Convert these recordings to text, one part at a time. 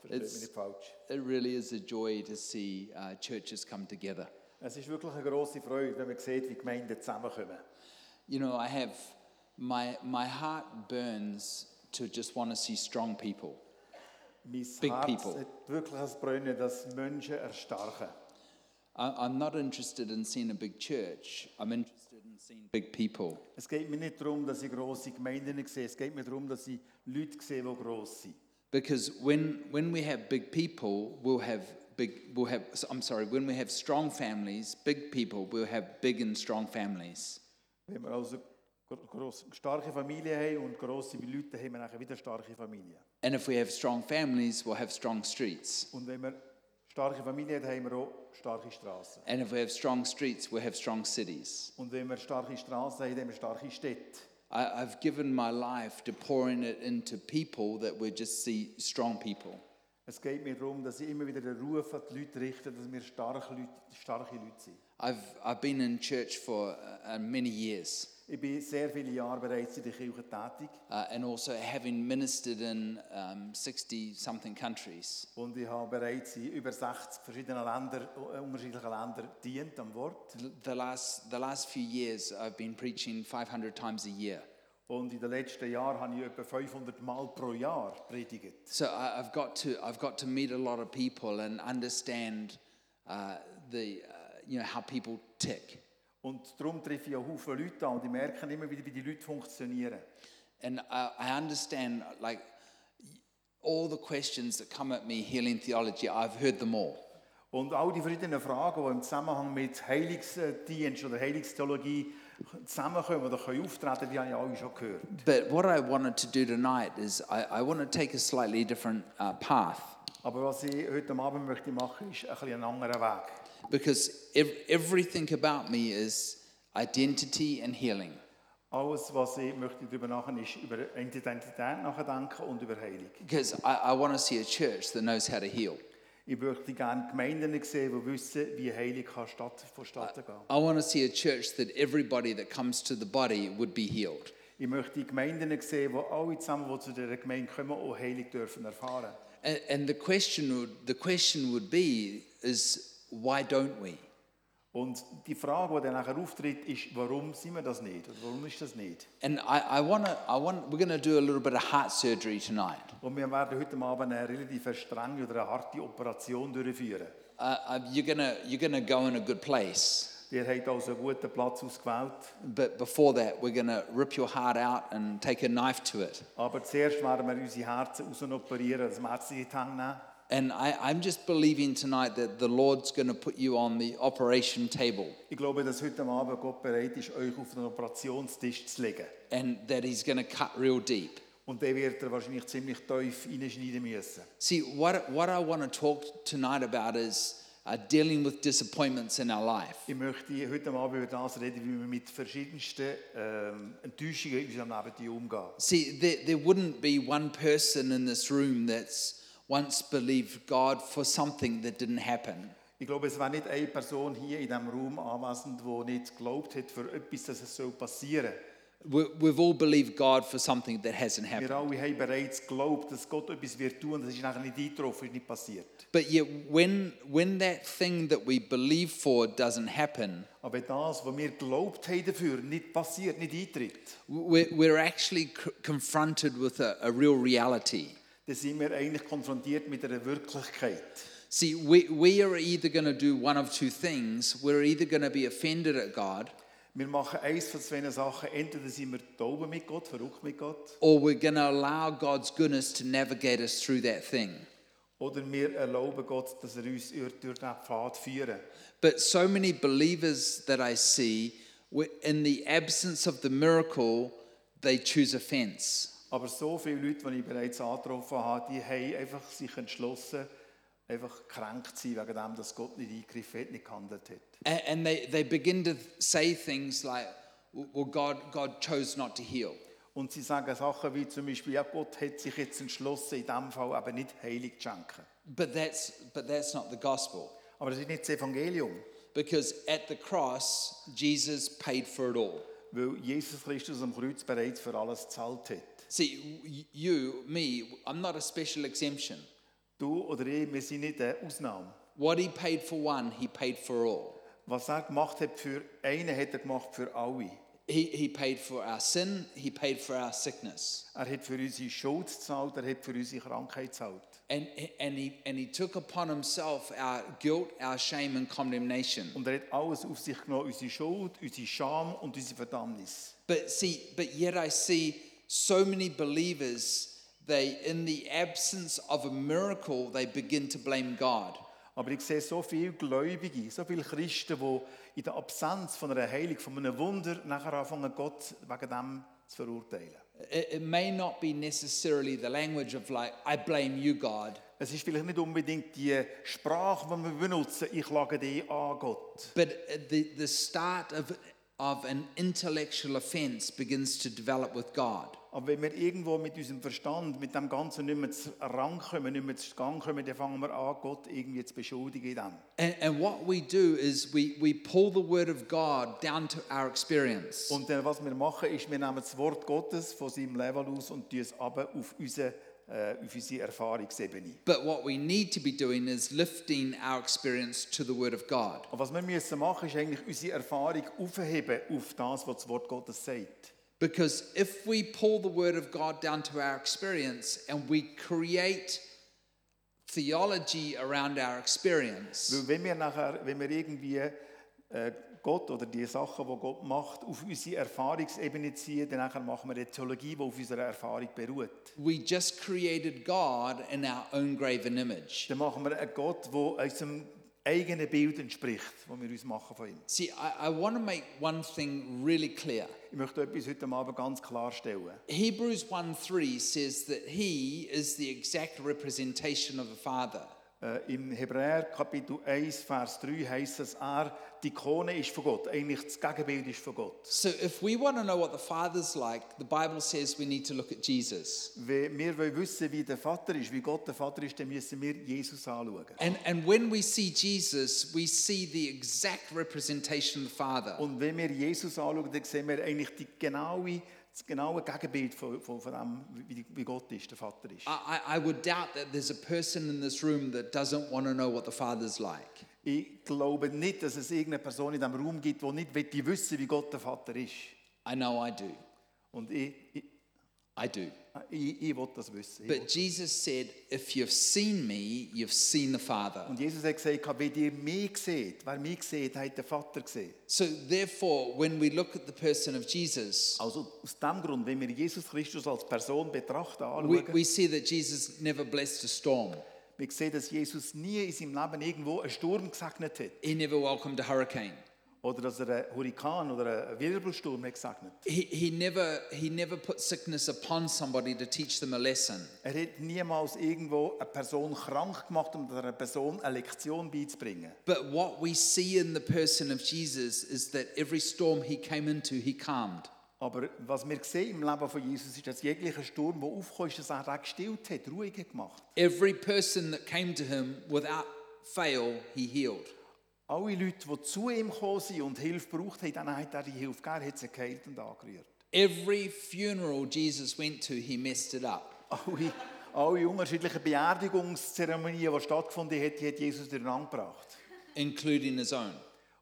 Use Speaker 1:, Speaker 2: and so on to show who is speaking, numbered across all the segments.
Speaker 1: Versteht
Speaker 2: It's-
Speaker 1: mich nicht falsch.
Speaker 2: It really is a joy to see uh, churches come together.
Speaker 1: Es ist wirklich eine grosse Freude, wenn man sieht, wie Gemeinden zusammenkommen.
Speaker 2: You know, I have my my heart burns to just want to see strong people.
Speaker 1: Mein
Speaker 2: Big
Speaker 1: Herz
Speaker 2: people.
Speaker 1: hat wirklich ein Brennen, dass Menschen erstarken.
Speaker 2: I, I'm not interested in seeing a big church. I'm interested in seeing big people.
Speaker 1: Es geht mir nicht darum, dass ich grosse Gemeinden sehe. Es geht mir darum, dass ich Leute sehe, die gross sind.
Speaker 2: Because when when we have big people, we'll have big we'll have I'm sorry, when we have strong families, big people, we'll have big and strong families.
Speaker 1: Wenn wir also gro- gross, starke Familien haben und grosse Leute, haben wir nachher wieder starke Familien.
Speaker 2: And if we have strong families, we'll have strong streets.
Speaker 1: Und wenn wir starke Familien haben, haben wir auch starke Straßen.
Speaker 2: And if we have strong streets, we'll have strong cities.
Speaker 1: Und wenn wir starke Straßen haben, haben wir starke Städte.
Speaker 2: I, I've given my life to pouring it into people that we just see strong people.
Speaker 1: Es geht mir darum, dass ich immer wieder den Ruf an die Leute richte, dass wir starke Leute, starke Leute sind.
Speaker 2: I've, I've been in church for uh, many years
Speaker 1: Ich bin sehr viele Jahre bereits in der Kirche tätig
Speaker 2: uh, and also having ministered in um, 60 something countries.
Speaker 1: und ich habe bereits in über 60 verschiedenen Ländern, äh, unterschiedlichen Ländern dient am Wort.
Speaker 2: The- The last, the last few years, I've been preaching 500 times a year.
Speaker 1: Und in den letzten Jahren habe ich etwa 500 Mal pro Jahr predigt.
Speaker 2: So I, I've, got to, I've got to meet a lot of people and understand uh, the, uh, you know, how people tick.
Speaker 1: Und darum treffe ich auch Haufen Leute an und ich merke immer wieder, wie die Leute funktionieren.
Speaker 2: And I, I understand, like, all the questions that come at me, healing theology, I've heard them all.
Speaker 1: Und all die verschiedenen Fragen, die im Zusammenhang mit Heilungsdienst oder Heilungstheologie zusammenkommen oder können auftreten, die habe ich alle schon gehört.
Speaker 2: But what I wanted to do tonight is I, I want to take a slightly different uh, path
Speaker 1: Aber was ich heute Abend möchte machen, ist ein bisschen einen anderen Weg.
Speaker 2: because ev- everything about me is identity and healing.
Speaker 1: Alles, was ich möchte darüber nachdenken, ist über Identität nachdenken und über Heilung.
Speaker 2: Because I, I want to see a church that knows how to heal.
Speaker 1: Ich möchte gerne Gemeinden sehen, die wissen, wie Heilung kann statt, vonstatten gehen
Speaker 2: I want to see a church that everybody that comes to the body would be healed.
Speaker 1: Ich möchte Gemeinden sehen, die alle zusammen, die zu dieser Gemeinde kommen, auch Heilung dürfen erfahren.
Speaker 2: And, and the, question would, the question would be is why don't we?
Speaker 1: Und die Frage, die dann nachher auftritt, ist, warum sind wir das nicht? Oder warum ist das nicht?
Speaker 2: And I, I want to, I want, we're going to do a little bit of heart surgery tonight.
Speaker 1: Und wir werden heute Abend eine relativ strenge oder eine harte Operation durchführen.
Speaker 2: Uh, uh, you're going to, you're going to go in a good place.
Speaker 1: Ihr habt also einen guten Platz ausgewählt.
Speaker 2: But before that, we're going to rip your heart out and take a knife to it.
Speaker 1: Aber zuerst werden wir unsere Herzen rausoperieren, das Herz in die Hand nehmen.
Speaker 2: And I, I'm just believing tonight that the Lord's going to put you on the operation table
Speaker 1: Ich glaube, dass heute Abend Gott bereit ist, euch auf den Operationstisch zu legen.
Speaker 2: and that He's going to cut real deep.
Speaker 1: Und dann wird er wahrscheinlich ziemlich tief reinschneiden müssen.
Speaker 2: See, what, what I want to talk tonight about is uh, dealing with disappointments in our life.
Speaker 1: Ich möchte heute Abend über das reden, wie wir mit verschiedensten ähm, Enttäuschungen in unserem Leben umgehen.
Speaker 2: See, there, there wouldn't be one person in this room that's once believed God for something that didn't happen.
Speaker 1: Ich glaube, es war nicht eine Person hier in diesem Raum anwesend, die nicht geglaubt hat für etwas, dass es so passieren soll.
Speaker 2: We, we've all believed God for something that hasn't
Speaker 1: Wir
Speaker 2: happened.
Speaker 1: alle haben bereits geglaubt, dass Gott etwas wird tun, das ist nachher nicht eingetroffen, ist nicht passiert.
Speaker 2: But yet, when, when that thing that we believe for doesn't happen,
Speaker 1: Aber das, was wir geglaubt haben dafür, nicht passiert, nicht eintritt,
Speaker 2: we're, we're actually c- confronted with a, a real reality.
Speaker 1: dann sind wir eigentlich konfrontiert mit einer Wirklichkeit.
Speaker 2: See, we, we are either going to do one of two things. We're either going to be offended at God
Speaker 1: Wir machen eins von zwei Sachen. Entweder sind wir taub mit Gott, verrückt mit Gott,
Speaker 2: or we're going to allow God's goodness to navigate us through that thing.
Speaker 1: oder wir erlauben Gott, dass er uns durch diesen Pfad führt.
Speaker 2: But so many believers that I see, we- in the absence of the miracle, they choose offense.
Speaker 1: Aber so viele Leute, die ich bereits angetroffen habe, die haben einfach sich entschlossen, einfach kränkt zu sein, wegen dem, dass Gott nicht eingegriffen hat, nicht gehandelt hat.
Speaker 2: A- And they, they begin to say things like, well, God, God chose not to heal.
Speaker 1: Und sie sagen Sachen wie zum Beispiel, ja, Gott hat sich jetzt entschlossen, in diesem Fall aber nicht heilig zu schenken.
Speaker 2: But that's, but that's not the gospel.
Speaker 1: Aber das ist nicht das Evangelium,
Speaker 2: Because at the cross, Jesus paid for it all.
Speaker 1: weil Jesus Christus am Kreuz bereits für alles gezahlt hat.
Speaker 2: See, y- you, me, I'm not a special exemption.
Speaker 1: Du oder ich, wir sind nicht eine Ausnahme.
Speaker 2: What he paid for one, he paid for all.
Speaker 1: Was er gemacht hat für einen, hat er gemacht für alle.
Speaker 2: He, he paid for our sin, he paid for our sickness.
Speaker 1: Er hat für unsere Schuld gezahlt, er hat für unsere Krankheit gezahlt.
Speaker 2: And, and, he, and he took upon himself our guilt, our shame, and condemnation.
Speaker 1: Und er hat alles auf sich genommen, unsere Schuld, unsere Scham und unsere Verdammnis.
Speaker 2: But see, but yet I see so many believers, they, in the absence of a miracle, they begin to blame God.
Speaker 1: Aber ich sehe so viele Gläubige, so viele Christen, die in der Absenz von einer Heilung, von einem Wunder, nachher anfangen, Gott wegen dem zu verurteilen.
Speaker 2: It, it may not be necessarily the language of like, I blame you, God,
Speaker 1: Es ist vielleicht nicht unbedingt die Sprache, die wir benutzen, ich klage dich an, Gott.
Speaker 2: but the, the start of, of an intellectual offense begins to develop with God.
Speaker 1: Aber wenn wir irgendwo mit unserem Verstand, mit dem Ganzen nicht mehr zu rankommen, nicht mehr zu Gang kommen, dann fangen wir an, Gott irgendwie zu beschuldigen in dem.
Speaker 2: And, and what we do is we, we pull the word of God down to our experience.
Speaker 1: Und dann, was wir machen, ist, wir nehmen das Wort Gottes von seinem Level aus und tun es runter auf unsere, äh, auf unsere Erfahrungsebene.
Speaker 2: But what we need to be doing is lifting our experience to the Word of God.
Speaker 1: Und was wir müssen machen, ist eigentlich unsere Erfahrung aufheben auf das, was das Wort Gottes sagt.
Speaker 2: Because if we pull the Word of God down to our experience and we create theology around our experience,
Speaker 1: Weil wenn wir nachher, wenn wir irgendwie äh, Gott oder die Sachen, die Gott macht, auf unsere Erfahrungsebene ziehen, dann nachher machen wir eine Theologie, die auf unserer Erfahrung beruht.
Speaker 2: we just created God in our own graven image.
Speaker 1: Dann machen wir einen Gott, der unserem eigenen Bild entspricht, das wir uns machen von ihm.
Speaker 2: See, I, I want to make one thing really clear.
Speaker 1: Ich möchte etwas heute Abend ganz klarstellen.
Speaker 2: Hebrews 1 3 says that He is the exact representation of the Father.
Speaker 1: Äh, Im Hebräer Kapitel 1, Vers 3 heißt es, er, die Ikone ist von Gott, eigentlich das Gegenbild ist von Gott.
Speaker 2: So, if we want to know what the Father's like, the Bible says we need to look at Jesus.
Speaker 1: Wenn wir wollen wissen, wie der Vater ist, wie Gott der Vater ist, dann müssen wir Jesus anschauen.
Speaker 2: And, and when we see Jesus, we see the exact representation of the Father.
Speaker 1: Und wenn wir Jesus anschauen, dann sehen wir eigentlich die genaue, das genaue Gegenbild von, von, von dem, wie, wie Gott ist, der Vater ist.
Speaker 2: I, I I would doubt that there's a person in this room that doesn't want to know what the Father's like.
Speaker 1: Ich glaube nicht, dass es irgendeine Person in diesem Raum gibt, die nicht möchte wissen wie Gott der Vater ist.
Speaker 2: I know I do.
Speaker 1: Und ich, ich,
Speaker 2: I do.
Speaker 1: ich, ich will das wissen. Ich will-
Speaker 2: But Jesus said, If you've seen me, you've seen the Father.
Speaker 1: Und Jesus hat gesagt, wenn ihr mich seht, wer mich sieht, hat den Vater gesehen.
Speaker 2: So, therefore, when we look at the person of Jesus,
Speaker 1: Also aus dem Grund, wenn wir Jesus Christus als Person betrachten,
Speaker 2: we,
Speaker 1: anschauen,
Speaker 2: we see that Jesus never blessed a storm,
Speaker 1: wir sehen, dass Jesus nie in seinem Leben irgendwo einen Sturm gesegnet hat.
Speaker 2: he never welcomed a hurricane.
Speaker 1: Oder dass er einen Hurrikan oder einen Wirbelsturm hat gesegnet
Speaker 2: He, he never he never put sickness upon somebody to teach them a lesson.
Speaker 1: Er hat niemals irgendwo eine Person krank gemacht, um einer Person eine Lektion beizubringen.
Speaker 2: But what we see in the person of Jesus is that every storm he came into, he calmed.
Speaker 1: Aber was wir sehen im Leben von Jesus ist, dass jeglicher Sturm, der aufkam, ist, dass er den gestillt hat, ruhig hat gemacht.
Speaker 2: Every person that came to him without fail, he healed.
Speaker 1: Alle Leute, die zu ihm gekommen sind und Hilfe gebraucht haben, dann hat er die Hilfe gegeben, hat sie geheilt und angerührt.
Speaker 2: Every funeral Jesus went to, he messed it up.
Speaker 1: Alle, alle unterschiedlichen Beerdigungszeremonien, die stattgefunden haben, die hat Jesus durcheinander gebracht.
Speaker 2: Including his own.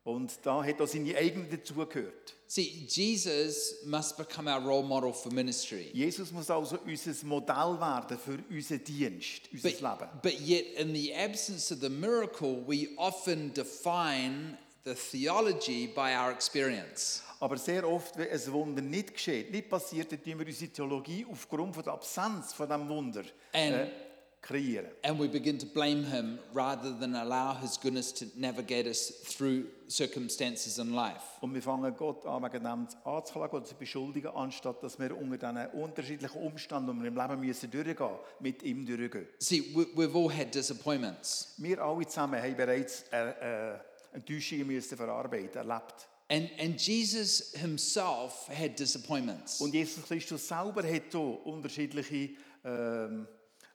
Speaker 1: Und da hat auch seine eigene dazugehört.
Speaker 2: See, Jesus must become our role model for ministry.
Speaker 1: Jesus muss also unser Modell werden für unseren Dienst, unser Leben.
Speaker 2: But, but yet, in the absence of the miracle, we often define the theology by our experience.
Speaker 1: Aber sehr oft, wenn ein Wunder nicht geschieht, nicht passiert, dann tun wir unsere Theologie aufgrund von der Absenz von diesem Wunder äh,
Speaker 2: Ähm.
Speaker 1: kreieren.
Speaker 2: And we begin to blame him rather than allow his goodness to navigate us through circumstances in life.
Speaker 1: Und wir fangen Gott an, wegen dem zu- anzuklagen oder zu beschuldigen, anstatt dass wir unter diesen unterschiedlichen Umständen, die wir im Leben müssen, durchgehen mit ihm durchgehen.
Speaker 2: See, we, we've all had disappointments.
Speaker 1: Wir alle zusammen haben bereits äh, äh, Enttäuschungen müssen verarbeiten, erlebt.
Speaker 2: And, and Jesus himself had disappointments.
Speaker 1: Und Jesus Christus selber hat auch unterschiedliche ähm,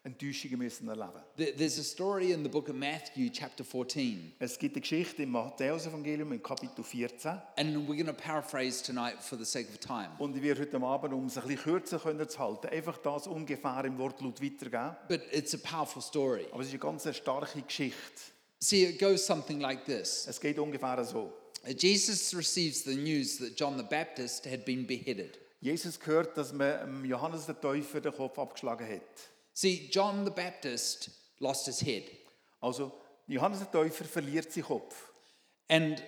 Speaker 1: Enttäuschungen müssen erleben.
Speaker 2: There- There's a story in the book of Matthew, chapter 14,
Speaker 1: Es gibt eine Geschichte im Matthäusevangelium in Kapitel 14
Speaker 2: and we're going to paraphrase tonight for the sake of time.
Speaker 1: und ich werde heute Abend, um es ein bisschen kürzer können zu halten, einfach das ungefähr im Wortlaut weitergeben.
Speaker 2: But it's a powerful story.
Speaker 1: Aber es ist eine ganz starke Geschichte.
Speaker 2: See, it goes something like this
Speaker 1: Es geht ungefähr so.
Speaker 2: Jesus receives the news that John the Baptist had been beheaded.
Speaker 1: Jesus hört, dass man ähm, Johannes der Täufer den Kopf abgeschlagen hat.
Speaker 2: See, John the Baptist lost his head,
Speaker 1: Also Johannes der Täufer verliert seinen Kopf.
Speaker 2: and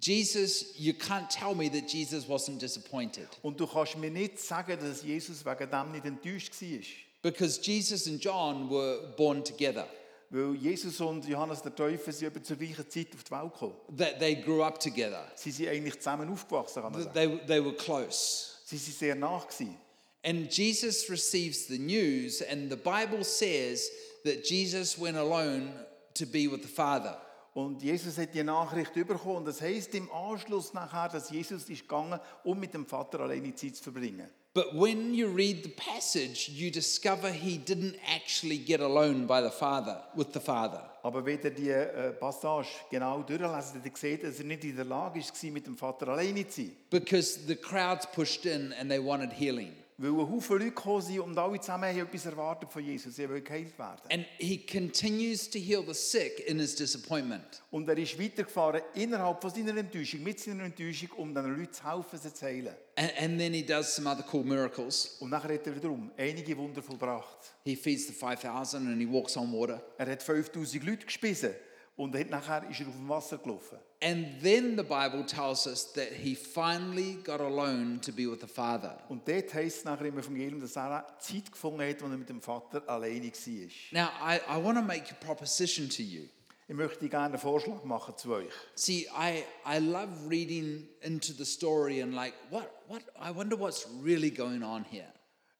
Speaker 2: Jesus, you can't tell me that Jesus wasn't disappointed
Speaker 1: Und du kannst mir nicht sagen, dass Jesus wegen dem nicht enttäuscht war.
Speaker 2: because Jesus and John were born together,
Speaker 1: Weil Jesus und Johannes der Täufer sind etwa zur gleichen Zeit auf die Welt gekommen.
Speaker 2: that they grew up together,
Speaker 1: Sie sind eigentlich zusammen aufgewachsen, kann man
Speaker 2: that
Speaker 1: sagen.
Speaker 2: they, they were close.
Speaker 1: Sie sind sehr nah. Gewesen.
Speaker 2: And Jesus receives the news, and the Bible says that Jesus went alone to be with the Father.
Speaker 1: Und Jesus hat die Nachricht bekommen. Und das heisst im Anschluss nachher, dass Jesus ist gegangen, um mit dem Vater alleine Zeit zu verbringen.
Speaker 2: But when you read the passage, you discover he didn't actually get alone by the Father with the Father.
Speaker 1: Aber wenn ihr die äh, Passage genau durchlesen, dann seht ihr, dass er nicht in der Lage war, mit dem Vater alleine zu sein.
Speaker 2: Because the crowds pushed in and they wanted healing.
Speaker 1: Weil ein Haufen Leute gekommen sind und alle zusammen haben etwas erwartet von Jesus. Sie wollen geheilt werden.
Speaker 2: And he continues to heal the sick in his disappointment.
Speaker 1: Und er ist weitergefahren innerhalb von seiner Enttäuschung, mit seiner Enttäuschung, um den Leuten zu helfen, sie zu heilen.
Speaker 2: And, and then he does some other cool miracles.
Speaker 1: Und nachher hat er wiederum einige Wunder vollbracht.
Speaker 2: He feeds the 5,000 and he walks on water.
Speaker 1: Er hat 5000 Leute gespissen und hat nachher ist er auf dem Wasser gelaufen.
Speaker 2: And then the Bible tells us that he finally got alone to be with the Father.
Speaker 1: Und dort heisst es nachher im Evangelium, dass er auch Zeit gefunden hat, als er mit dem Vater alleine war.
Speaker 2: Now, I, I want to make a proposition to you.
Speaker 1: Ich möchte gerne einen Vorschlag machen zu euch.
Speaker 2: See, I, I love reading into the story and like, what, what, I wonder what's really going on here.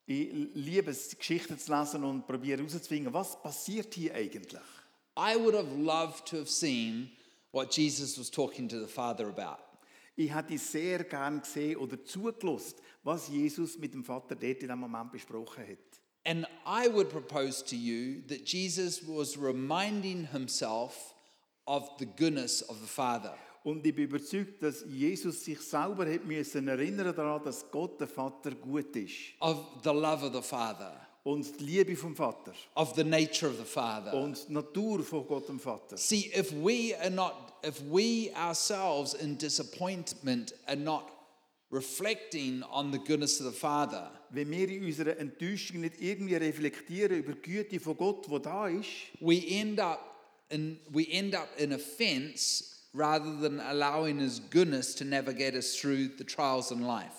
Speaker 1: Ich liebe es, Geschichten zu lesen und probiere herauszufinden, was passiert hier eigentlich.
Speaker 2: I would have loved to have seen what Jesus was talking to the Father about.
Speaker 1: Ich hätte sehr gerne gesehen oder zugelost, was Jesus mit dem Vater dort in dem Moment besprochen hat.
Speaker 2: And I would propose to you that Jesus was reminding himself of the goodness of the Father.
Speaker 1: Und ich bin überzeugt, dass Jesus sich selber hat müssen erinnern daran, dass Gott der Vater gut ist
Speaker 2: of the love of the Father,
Speaker 1: und die Liebe vom Vater
Speaker 2: of the nature of the Father.
Speaker 1: und die Natur von Gott dem Vater.
Speaker 2: See, if we are not, if we ourselves in disappointment are not reflecting on the goodness of the Father,
Speaker 1: Wenn wir in unserer Enttäuschung nicht irgendwie reflektieren über die Güte von Gott, wo da ist,
Speaker 2: we end up in we end up in offense rather than allowing His goodness to navigate us through the trials in life.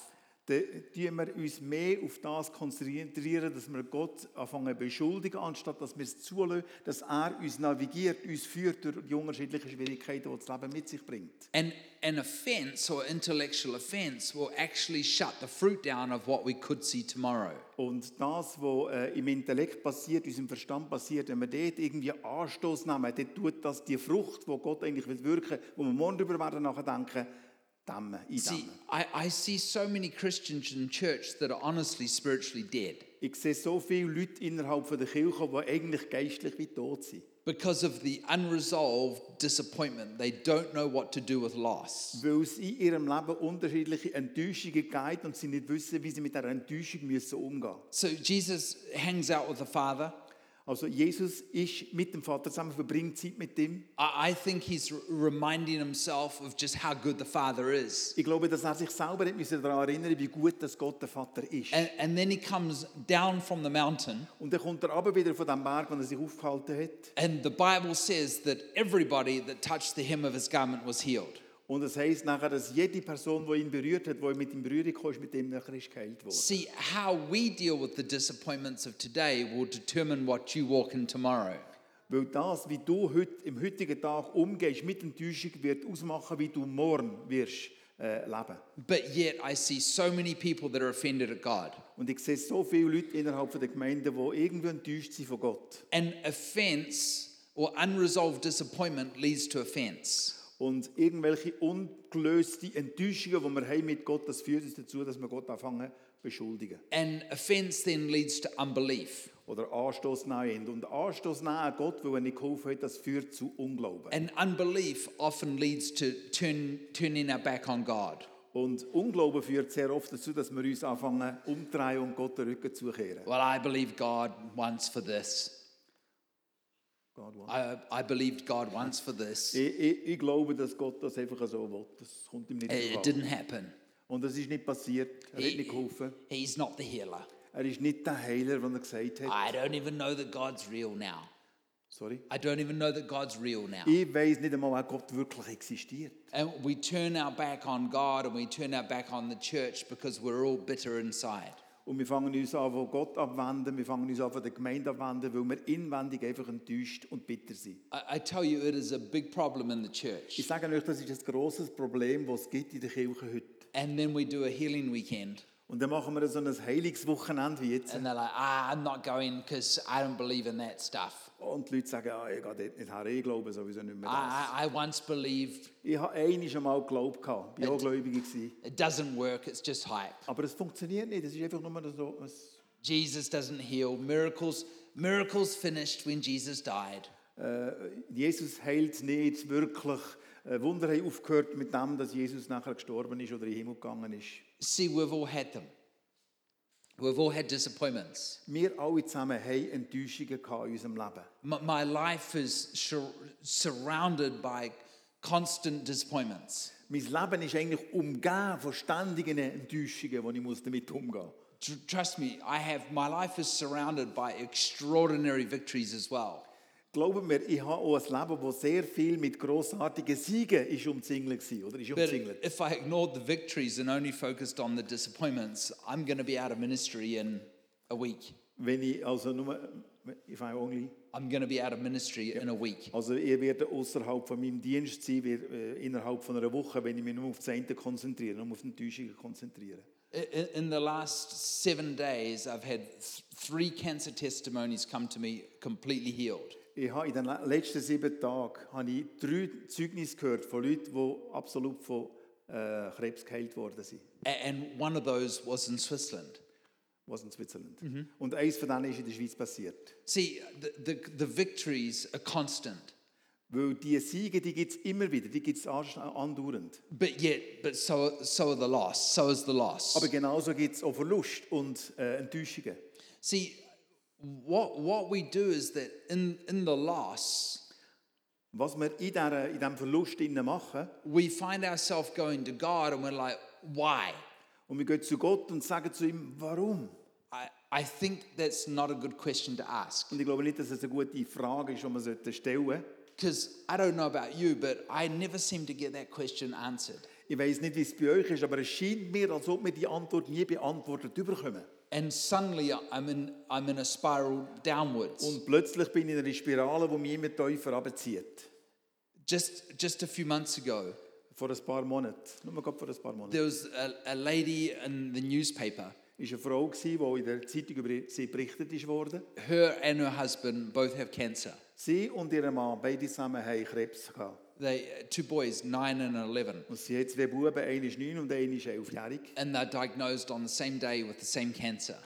Speaker 1: dann konzentrieren wir uns mehr auf das, konzentrieren, dass wir Gott anfangen zu beschuldigen, anstatt dass wir es zulassen, dass er uns navigiert, uns führt durch die unterschiedlichen Schwierigkeiten, die das Leben mit sich bringt.
Speaker 2: And an offense or intellectual offense will actually shut the fruit down of what we could see tomorrow.
Speaker 1: Und das, was äh, im Intellekt passiert, unserem Verstand passiert, wenn wir dort irgendwie Anstoß nehmen, dann tut das die Frucht, die Gott eigentlich will wirken, wo wir morgen darüber werden nachdenken, dämmen,
Speaker 2: See,
Speaker 1: eindämmen.
Speaker 2: I, I see so many Christians in church that are honestly spiritually dead
Speaker 1: Ich sehe so viele Leute innerhalb von der Kirche, die eigentlich geistlich wie tot sind.
Speaker 2: because of the unresolved disappointment. They don't know what to do with loss.
Speaker 1: weil es in ihrem Leben unterschiedliche Enttäuschungen gibt und sie nicht wissen, wie sie mit dieser Enttäuschung müssen umgehen müssen.
Speaker 2: So Jesus hangs out with the Father.
Speaker 1: Also Jesus ist mit dem Vater zusammen, verbringt Zeit mit ihm.
Speaker 2: I, I think he's r- reminding himself of just how good the Father is.
Speaker 1: Ich glaube, dass er sich selber hat müssen daran erinnern wie gut das Gott der Vater ist.
Speaker 2: And, and then he comes down from the mountain,
Speaker 1: Und dann kommt er aber wieder von dem Berg, wo er sich aufgehalten hat.
Speaker 2: and the Bible says that everybody that touched the hem of his garment was healed.
Speaker 1: Und es heisst nachher, dass jede Person, die ihn berührt hat, die mit ihm in Berührung kam, ist, mit ihm nachher ist geheilt worden.
Speaker 2: See, how we deal with the disappointments of today will determine what you walk in tomorrow.
Speaker 1: Weil das, wie du heute, im heutigen Tag umgehst mit Enttäuschung, wird ausmachen, wie du morgen wirst äh, leben.
Speaker 2: But yet, I see so many people that are offended at God.
Speaker 1: Und ich sehe so viele Leute innerhalb der Gemeinde, die irgendwie enttäuscht sind von Gott.
Speaker 2: And offense or unresolved disappointment leads to offense.
Speaker 1: Und irgendwelche ungelöste Enttäuschungen, die wir haben mit Gott, das führt uns dazu, dass wir Gott anfangen zu beschuldigen.
Speaker 2: And offense then leads to unbelief.
Speaker 1: Oder Anstoß nehmen. Und Anstoß nehmen an Gott, weil er nicht geholfen hat, das führt zu Unglauben.
Speaker 2: And unbelief often leads to turn, turning our back on God.
Speaker 1: Und Unglauben führt sehr oft dazu, dass wir uns anfangen umdrehen und Gott den Rücken zukehren.
Speaker 2: Well, I believe God once for this.
Speaker 1: Gott will.
Speaker 2: I, I believed God once for this. It,
Speaker 1: Ich, ich, ich glaube, dass Gott das einfach so will. Das kommt ihm nicht
Speaker 2: it
Speaker 1: zu Fall.
Speaker 2: didn't happen.
Speaker 1: Und das ist nicht passiert. Er hat nicht geholfen.
Speaker 2: He's not the healer.
Speaker 1: Er ist nicht der Heiler, den er gesagt hat.
Speaker 2: I don't even know that God's real now.
Speaker 1: Sorry.
Speaker 2: I don't even know that God's real now.
Speaker 1: Ich weiß nicht einmal, ob Gott wirklich existiert.
Speaker 2: And we turn our back on God and we turn our back on the church because we're all bitter inside.
Speaker 1: Und wir fangen uns an, von Gott abwenden, wir fangen uns an, von der Gemeinde abwenden, weil wir inwendig einfach enttäuscht und bitter sind.
Speaker 2: I, I tell you, it is a big problem in the
Speaker 1: Ich
Speaker 2: church.
Speaker 1: sage euch, das ist ein grosses Problem, das es gibt in der Kirche heute.
Speaker 2: And then we do a healing weekend.
Speaker 1: Und dann machen wir so ein Heilungswochenende wie jetzt.
Speaker 2: And they're like, ah, I'm not going because I don't believe in that stuff.
Speaker 1: Und die Leute sagen, ah, ich gehe dort nicht her, ich glaube sowieso nicht mehr das.
Speaker 2: I, I, I once believed
Speaker 1: Ich habe einmal einmal geglaubt, gehabt. ich war auch Gläubige. gewesen.
Speaker 2: it doesn't work, it's just hype.
Speaker 1: Aber es funktioniert nicht, es ist einfach nur so. Es,
Speaker 2: Jesus doesn't heal. Miracles, miracles finished when Jesus died.
Speaker 1: Jesus heilt nicht wirklich. Äh, Wunder haben aufgehört mit dem, dass Jesus nachher gestorben ist oder in den Himmel gegangen ist.
Speaker 2: See, we've all had them. We've all had disappointments.
Speaker 1: Wir alle zusammen haben Enttäuschungen gehabt in unserem Leben.
Speaker 2: My, my life is sur- surrounded by constant disappointments.
Speaker 1: Mein Leben ist eigentlich umgeben von ständigen Enttäuschungen, die ich muss damit umgehen muss.
Speaker 2: Tr- trust me, I have my life is surrounded by extraordinary victories as well.
Speaker 1: Glaube mir, ich habe auch ein Leben, das sehr viel mit grossartigen Siegen ist umzingelt war. Oder ist
Speaker 2: But
Speaker 1: umzingelt.
Speaker 2: if I ignored the victories and only focused on the disappointments, I'm going to be out of ministry in a week.
Speaker 1: Wenn ich also nur... If I only...
Speaker 2: I'm going to be out of ministry in a week.
Speaker 1: Also ich werde außerhalb von meinem Dienst sein, wir, äh, innerhalb von einer Woche, wenn ich mich nur auf das eine konzentriere, nur auf die Enttäuschungen konzentriere.
Speaker 2: In, in the last seven days, I've had th- three cancer testimonies come to me completely healed.
Speaker 1: Ich habe in den le- letzten sieben Tagen habe ich drei Zeugnisse gehört von Leuten, die absolut von äh, Krebs geheilt worden sind.
Speaker 2: A- And one of those was in Switzerland.
Speaker 1: was in Switzerland. Und eins von denen ist in der Schweiz passiert.
Speaker 2: See, the, the, the victories are constant,
Speaker 1: Weil diese Siege, die gibt es immer wieder, die gibt es andauernd.
Speaker 2: but yet, but so, so are the loss. So is the loss.
Speaker 1: Aber genauso gibt es auch Verlust und äh, Enttäuschungen.
Speaker 2: See, what, what we do is that in, in the loss,
Speaker 1: Was wir in, dieser, in diesem Verlust innen machen,
Speaker 2: we find ourselves going to God and we're like, why?
Speaker 1: und wir gehen zu Gott und sagen zu ihm, warum?
Speaker 2: I, I think that's not a good question to ask.
Speaker 1: Und ich glaube nicht, dass es eine gute Frage ist, die man sollte stellen sollte.
Speaker 2: Because I don't know about you, but I never seem to get that question answered.
Speaker 1: Ich weiß nicht, wie es bei euch ist, aber es scheint mir, als ob wir die Antwort nie beantwortet bekommen.
Speaker 2: And suddenly I'm in, I'm in a spiral downwards.
Speaker 1: Und plötzlich bin ich in einer Spirale, die mich immer tiefer runterzieht.
Speaker 2: Just, just a few months ago,
Speaker 1: Vor ein paar Monaten, nur gerade vor ein paar Monaten.
Speaker 2: there was a, a lady in the newspaper.
Speaker 1: ist eine Frau, gewesen, die in der Zeitung über sie berichtet ist worden.
Speaker 2: Her and her husband both have cancer.
Speaker 1: Sie und ihr Mann, beide zusammen, haben Krebs. Gehabt.
Speaker 2: They Two boys, nine and 11.
Speaker 1: Und sie hat zwei Buben, einer ist neun und einer ist elfjährig.
Speaker 2: And they're diagnosed on the same day with the same cancer.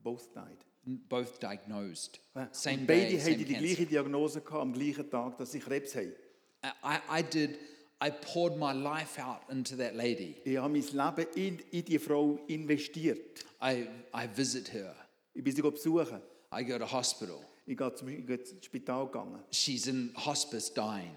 Speaker 1: Both died.
Speaker 2: Both diagnosed. Same
Speaker 1: und
Speaker 2: day,
Speaker 1: beide
Speaker 2: same
Speaker 1: hatten die
Speaker 2: cancer.
Speaker 1: gleiche Diagnose gehabt, am gleichen Tag, dass sie Krebs haben.
Speaker 2: I, I did, I poured my life out into that lady.
Speaker 1: Ich habe mein Leben in, in die Frau investiert.
Speaker 2: I, I visit her.
Speaker 1: Ich bin sie besuchen.
Speaker 2: I go to hospital.
Speaker 1: Ich bin zum, ich bin ins Spital gegangen.
Speaker 2: She's in hospice dying.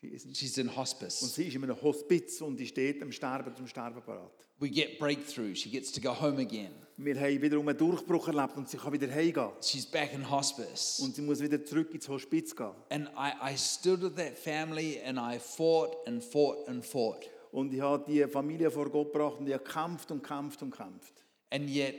Speaker 1: Sie ist- Und
Speaker 2: She's in hospice.
Speaker 1: sie ist in einem Hospiz und die steht am Sterben, zum Sterben parat.
Speaker 2: We get breakthrough. She gets to go home again.
Speaker 1: Wir haben wiederum einen Durchbruch erlebt und sie kann wieder heimgehen.
Speaker 2: She's back in hospice.
Speaker 1: Und sie muss wieder zurück ins Hospiz gehen.
Speaker 2: And I, I stood with that family and I fought and fought and fought.
Speaker 1: Und ich habe die Familie vor Gott gebracht und ich habe gekämpft und gekämpft und gekämpft.
Speaker 2: And yet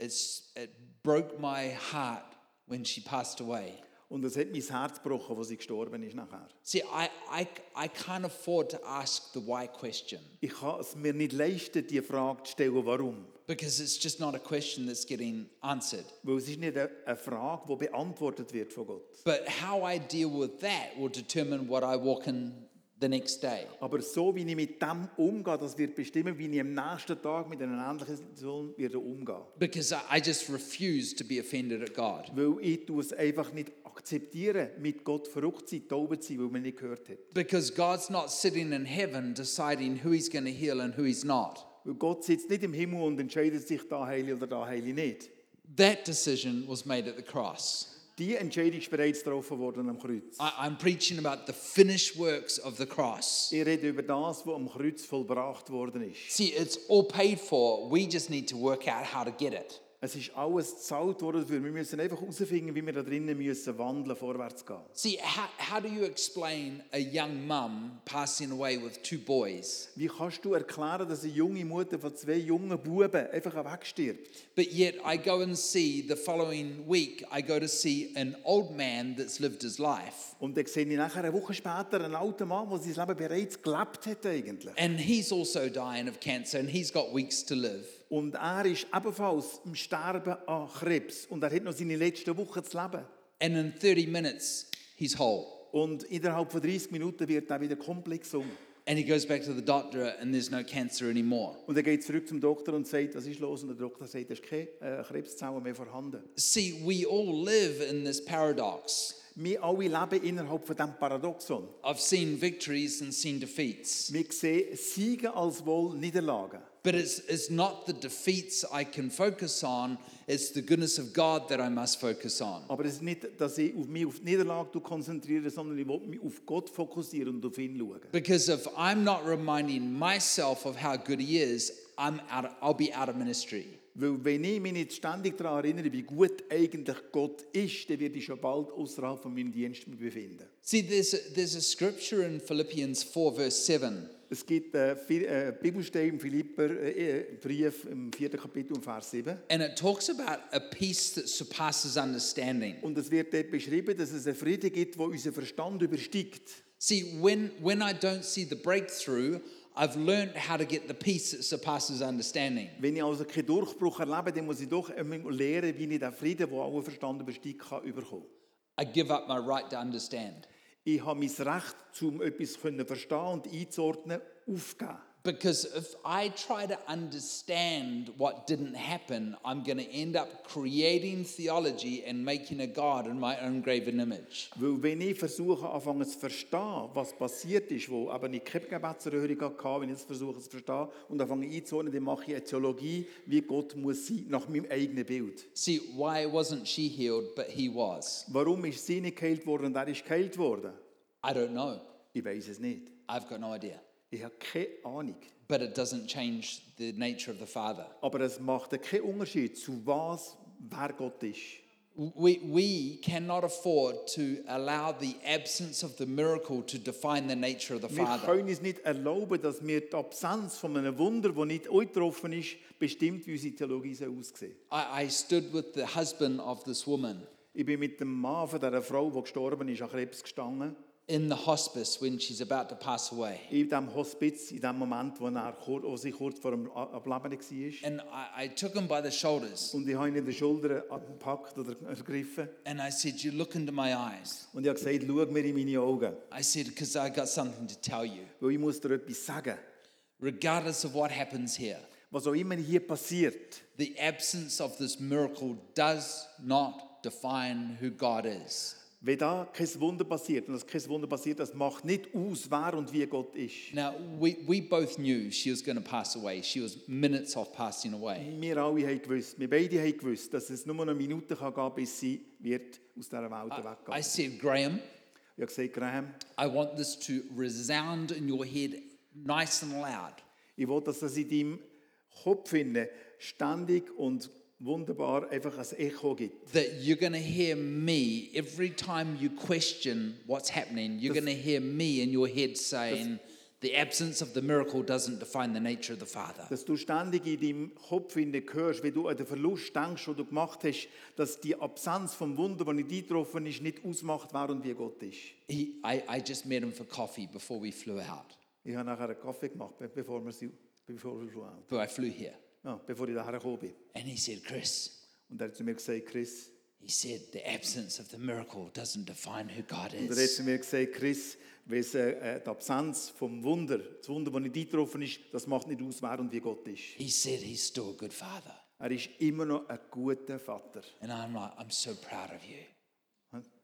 Speaker 2: it's, it broke my heart when she passed away.
Speaker 1: Und es hat mein Herz gebrochen, als sie gestorben ist nachher.
Speaker 2: See, I, I, I can't afford to ask the why question
Speaker 1: Ich kann es mir nicht leisten, die Frage zu stellen, warum.
Speaker 2: because it's just not a question that's getting answered.
Speaker 1: Weil es ist nicht eine eine Frage, die beantwortet wird von Gott.
Speaker 2: But how I deal with that will determine what I walk in the next day.
Speaker 1: Aber so, wie ich mit dem umgehe, das wird bestimmen, wie ich am nächsten Tag mit einer ähnlichen Situation werde umgehen
Speaker 2: Because I I just refuse to be offended at God.
Speaker 1: Weil ich tue es einfach nicht akzeptieren, mit Gott verrückt zu sein, taub zu sein, weil man nicht gehört hat.
Speaker 2: Because God's not sitting in heaven deciding who he's going to heal and who he's not.
Speaker 1: Weil Gott sitzt nicht im Himmel und entscheidet sich, da heile oder da heile nicht.
Speaker 2: That decision was made at the cross.
Speaker 1: Die Entscheidung ist bereits getroffen worden am Kreuz.
Speaker 2: I, I'm preaching about the finished works of the cross.
Speaker 1: Ich rede über das, was am Kreuz vollbracht worden ist.
Speaker 2: See, it's all paid for. We just need to work out how to get it.
Speaker 1: Es ist alles gezahlt worden dafür. Wir müssen einfach herausfinden, wie wir da drinnen müssen wandeln, vorwärts gehen.
Speaker 2: See, how, how do you explain a young mum passing away with two boys,
Speaker 1: Wie kannst du erklären, dass eine junge Mutter von zwei jungen Buben einfach wegstirbt?
Speaker 2: but yet I go and see the following week, I go to see an old man that's lived his life,
Speaker 1: Und dann sehe ich nachher eine Woche später einen alten Mann, der sein Leben bereits gelebt hat eigentlich.
Speaker 2: and he's also dying of cancer and he's got weeks to live.
Speaker 1: Und er ist ebenfalls im Sterben an Krebs. Und er hat noch seine letzten Wochen zu leben.
Speaker 2: And in 30 minutes, he's whole.
Speaker 1: Und innerhalb von 30 Minuten wird er wieder komplett gesungen.
Speaker 2: And he goes back to the doctor and there's no cancer anymore.
Speaker 1: Und er geht zurück zum Doktor und sagt, was ist los? Und der Doktor sagt, es ist keine äh, Krebszellen mehr vorhanden.
Speaker 2: See, we all live in this paradox.
Speaker 1: Wir alle leben innerhalb von diesem Paradoxon.
Speaker 2: I've seen victories and seen defeats,
Speaker 1: Wir sehen Siege als wohl Niederlagen.
Speaker 2: but it's, it's not the defeats I can focus on, it's the goodness of God that I must focus on.
Speaker 1: Aber es ist nicht, dass ich auf mich auf die Niederlage konzentriere, sondern ich will mich auf Gott fokussieren und auf ihn schauen.
Speaker 2: Because if I'm not reminding myself of how good He is, I'm out of- I'll be out of ministry.
Speaker 1: Weil wenn ich mich nicht ständig daran erinnere, wie gut eigentlich Gott ist, dann werde ich schon bald außerhalb von meinem Dienst mich befinden.
Speaker 2: See, there's a, there's a scripture in Philippians 4, verse 7.
Speaker 1: Es gibt äh, viel- äh, Bibelstelle im Philipperbrief äh, Brief im vierten Kapitel, im Vers 7.
Speaker 2: And it talks about a peace that surpasses understanding.
Speaker 1: Und es wird dort beschrieben, dass es einen Frieden gibt, der unseren Verstand übersteigt.
Speaker 2: See, when, when I don't see the breakthrough, I've learned how to get the peace that surpasses understanding.
Speaker 1: Wenn ich also keinen Durchbruch erlebe, dann muss ich doch einmal lernen, wie ich den Frieden, der allen Verstand übersteigt, kann überkommen.
Speaker 2: I give up my right to understand
Speaker 1: Ich habe mein Recht, um etwas zu verstehen und einzuordnen, aufgegeben.
Speaker 2: because if I try to understand what didn't happen, I'm going to end up creating theology and making a God in my own graven image.
Speaker 1: Weil wenn ich versuche, anfangen zu verstehen, was passiert ist, wo aber ich keine Gebetserhörung hatte, wenn ich es versuche zu verstehen und anfange einzuordnen, dann mache ich eine Theologie, wie Gott muss sein, nach meinem eigenen Bild.
Speaker 2: See, why wasn't she healed, but he was?
Speaker 1: Warum ist sie nicht geheilt worden und er ist geheilt worden?
Speaker 2: I don't know.
Speaker 1: Ich weiß es nicht.
Speaker 2: I've got no idea.
Speaker 1: Ich habe keine Ahnung.
Speaker 2: But it doesn't change the nature of the Father.
Speaker 1: Aber es macht keinen Unterschied, zu was, wer Gott ist.
Speaker 2: We, we cannot afford to allow the absence of the miracle to define the nature of the
Speaker 1: Wir
Speaker 2: Father.
Speaker 1: können es nicht erlauben, dass wir die Absenz von einem Wunder, das nicht eingetroffen ist, bestimmt, wie unsere Theologie soll aussehen
Speaker 2: I, I stood with the husband of this woman
Speaker 1: Ich bin mit dem Mann von dieser Frau, die gestorben ist, an Krebs gestanden.
Speaker 2: in the hospice when she's about to pass away.
Speaker 1: In diesem Hospiz, in dem Moment, wo, er, kur- wo sie kurz vor dem A- Ableben war.
Speaker 2: And I, I took him by the shoulders
Speaker 1: Und ich habe ihn in die Schulter gepackt oder ergriffen.
Speaker 2: and I said, You look into my eyes.
Speaker 1: Und ich habe gesagt, schau mir in meine Augen.
Speaker 2: I said, Because I got something to tell you.
Speaker 1: Weil ich muss dir etwas sagen.
Speaker 2: Regardless of what happens here,
Speaker 1: Was auch immer hier passiert,
Speaker 2: the absence of this miracle does not define who God is.
Speaker 1: wenn da kein Wunder passiert, und dass kein Wunder passiert, das macht nicht aus, wer und wie Gott ist.
Speaker 2: Now, we, we both knew she was going to pass away. She was minutes off passing away.
Speaker 1: Wir alle haben gewusst, wir beide haben gewusst, dass es nur noch eine Minute kann gehen bis sie wird aus dieser Welt
Speaker 2: I
Speaker 1: weggeht.
Speaker 2: said, Graham,
Speaker 1: Ich habe gesagt, Graham,
Speaker 2: I want this to resound in your head nice and loud.
Speaker 1: ich will, dass das in deinem Kopf finde, ständig und wunderbar einfach ein Echo gibt.
Speaker 2: That you're going to hear me every time you question what's happening. You're going to hear me in your head saying, the absence of the miracle doesn't define the nature of the Father.
Speaker 1: Dass du ständig in deinem Kopf finde hörst, wenn du an den Verlust denkst, den du gemacht hast, dass die Absenz vom Wunder, das nicht eingetroffen ist, nicht ausmacht, wer und wie Gott ist.
Speaker 2: He, I, I just met him for coffee before we flew out,
Speaker 1: Ich habe nachher einen Kaffee gemacht, be- bevor wir sie, bevor wir schauen.
Speaker 2: before I flew here.
Speaker 1: Ja, bevor ich nachher gekommen bin.
Speaker 2: And he said, Chris,
Speaker 1: Und er hat zu mir gesagt, Chris,
Speaker 2: He said, the absence of the miracle doesn't define who God
Speaker 1: Und er hat
Speaker 2: is.
Speaker 1: zu mir gesagt, Chris, weiss, äh, äh, die Absenz vom Wunder, das Wunder, das nicht eingetroffen ist, das macht nicht aus, wer und wie Gott ist.
Speaker 2: He said, He's still a good father.
Speaker 1: Er ist immer noch ein guter Vater.
Speaker 2: And I'm like, I'm so proud of you.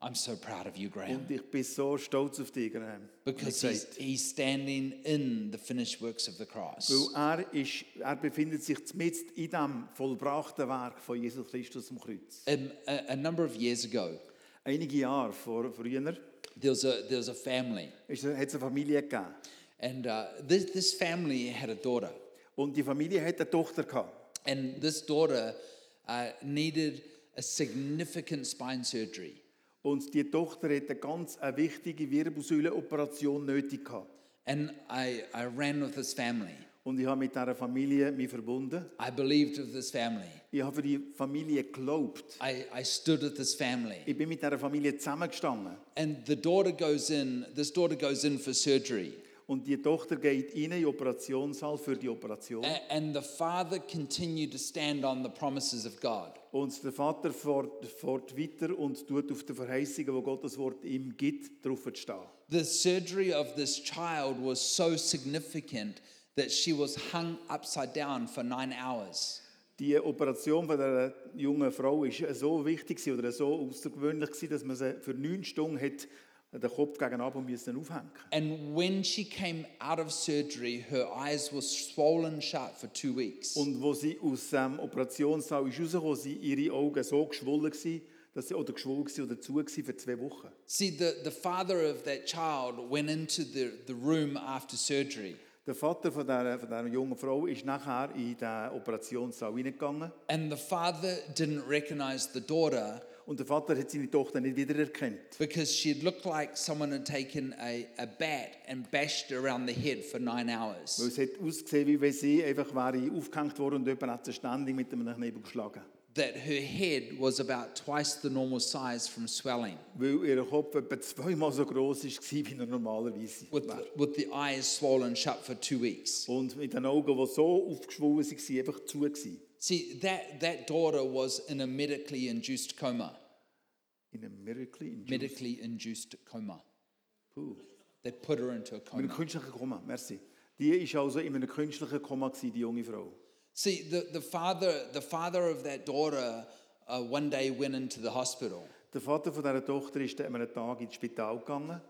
Speaker 2: I'm so proud of you, Graham.
Speaker 1: Und ich bin so stolz auf dich, Graham.
Speaker 2: Because
Speaker 1: Er
Speaker 2: he's, he's standing in the finished works of the cross.
Speaker 1: Weil er, ist, er befindet sich mitten in dem vollbrachten Werk von Jesus Christus am Kreuz.
Speaker 2: Um, a, a number of years ago,
Speaker 1: Einige Jahre vor, früher
Speaker 2: there was a, there was a family,
Speaker 1: ist- hat es eine Familie gegeben.
Speaker 2: and uh, this, this family had a daughter.
Speaker 1: Und die Familie hat eine Tochter gehabt.
Speaker 2: And this daughter uh, needed a significant spine surgery.
Speaker 1: Und die Tochter hat eine ganz eine wichtige Wirbelsäulenoperation nötig gehabt.
Speaker 2: And I, I ran with this family.
Speaker 1: Und ich habe mit dieser Familie mich verbunden.
Speaker 2: I believed with this family.
Speaker 1: Ich habe für die Familie geglaubt.
Speaker 2: I, I stood with this family.
Speaker 1: Ich bin mit dieser Familie zusammengestanden.
Speaker 2: And the daughter goes in, this daughter goes in for surgery.
Speaker 1: Und die Tochter geht rein in den Operationssaal für die Operation.
Speaker 2: A- And the father continued to stand on the promises of God.
Speaker 1: Und der Vater fährt, fährt weiter und tut auf die Verheißungen, die Gottes Wort ihm gibt, drauf zu stehen.
Speaker 2: The surgery of this child was so significant that she was hung upside down for nine hours.
Speaker 1: Die Operation von dieser jungen Frau war so wichtig gewesen oder so außergewöhnlich, gewesen, dass man sie für neun Stunden hat den Kopf gegen Abend müssen aufhängen musste.
Speaker 2: And when she came out of surgery, her eyes were swollen shut for two weeks.
Speaker 1: Und wo sie aus dem Operationssaal ist rausgekommen sind, waren ihre Augen so geschwollen, gewesen, dass sie, oder geschwollen gewesen oder zu gewesen für zwei Wochen.
Speaker 2: See, the, the father of that child went into the, the room after surgery,
Speaker 1: Der Vater von dieser, von dieser jungen Frau ist nachher in den Operationssaal reingegangen
Speaker 2: and the father didn't recognize the daughter
Speaker 1: und der Vater hat seine Tochter nicht wiedererkannt,
Speaker 2: because she looked like someone had taken a, a bat and bashed her around the head for nine hours.
Speaker 1: weil es hat ausgesehen, wie wenn sie einfach wäre aufgehängt worden und jemand hat sie ständig mit einem Knebel geschlagen.
Speaker 2: that her head was about twice the normal size from swelling,
Speaker 1: Weil ihr Kopf etwa zweimal so groß war, wie er normalerweise
Speaker 2: with,
Speaker 1: wäre.
Speaker 2: with the eyes swollen shut for two weeks.
Speaker 1: Und mit den Augen, die so aufgeschwollen waren, einfach zu. Gewesen.
Speaker 2: See, that, that daughter was in a medically induced coma.
Speaker 1: In einem Miracle in Juice.
Speaker 2: Medically induced coma.
Speaker 1: Puh.
Speaker 2: They put her into a
Speaker 1: In einem
Speaker 2: coma.
Speaker 1: künstlichen Koma, merci. Die war also in einem künstlichen Koma, gewesen, die junge Frau.
Speaker 2: See, the, the, father, the father of that daughter uh, one day went into the hospital.
Speaker 1: Der Vater von dieser Tochter ist dann an einem Tag ins Spital gegangen.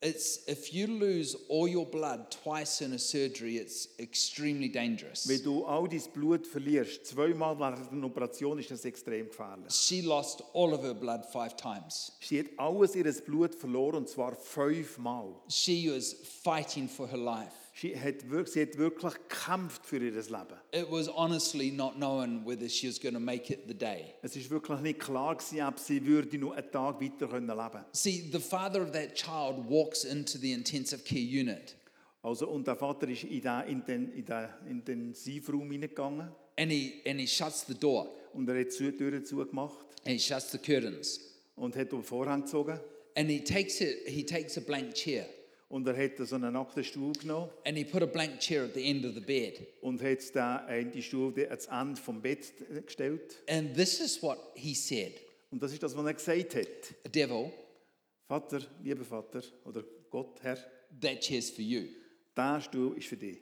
Speaker 2: It's, if you lose all your blood twice in a surgery, it's extremely dangerous.
Speaker 1: Wenn du all dein Blut verlierst, zweimal während einer Operation, ist das extrem gefährlich.
Speaker 2: She lost all of her blood five times.
Speaker 1: Sie hat alles ihres Blut verloren, und zwar fünfmal.
Speaker 2: She was fighting for her life.
Speaker 1: Sie hat, wirklich, sie hat wirklich gekämpft für ihr Leben.
Speaker 2: It was honestly not knowing whether she was going to make it the day.
Speaker 1: Es ist wirklich nicht klar, gewesen, ob sie würde noch einen Tag weiter leben können.
Speaker 2: See, the father of that child walks into the intensive care unit
Speaker 1: Also, und der Vater ist in den, in den, in den Intensivraum hineingegangen
Speaker 2: and he, and he shuts the door
Speaker 1: und er hat zu- die Türen zugemacht
Speaker 2: and he shuts the curtains
Speaker 1: und hat den Vorhang gezogen
Speaker 2: and he takes, it, he takes a blank chair
Speaker 1: und er hat so einen nackten Stuhl genommen
Speaker 2: and he put a blank chair at the end of the bed.
Speaker 1: und hat den einen Stuhl ans Ende vom Bett gestellt.
Speaker 2: And this is what he said
Speaker 1: Und das ist das, was er gesagt hat.
Speaker 2: Devil,
Speaker 1: Vater, lieber Vater oder Gott, Herr,
Speaker 2: that chair's for you.
Speaker 1: der Stuhl ist für dich.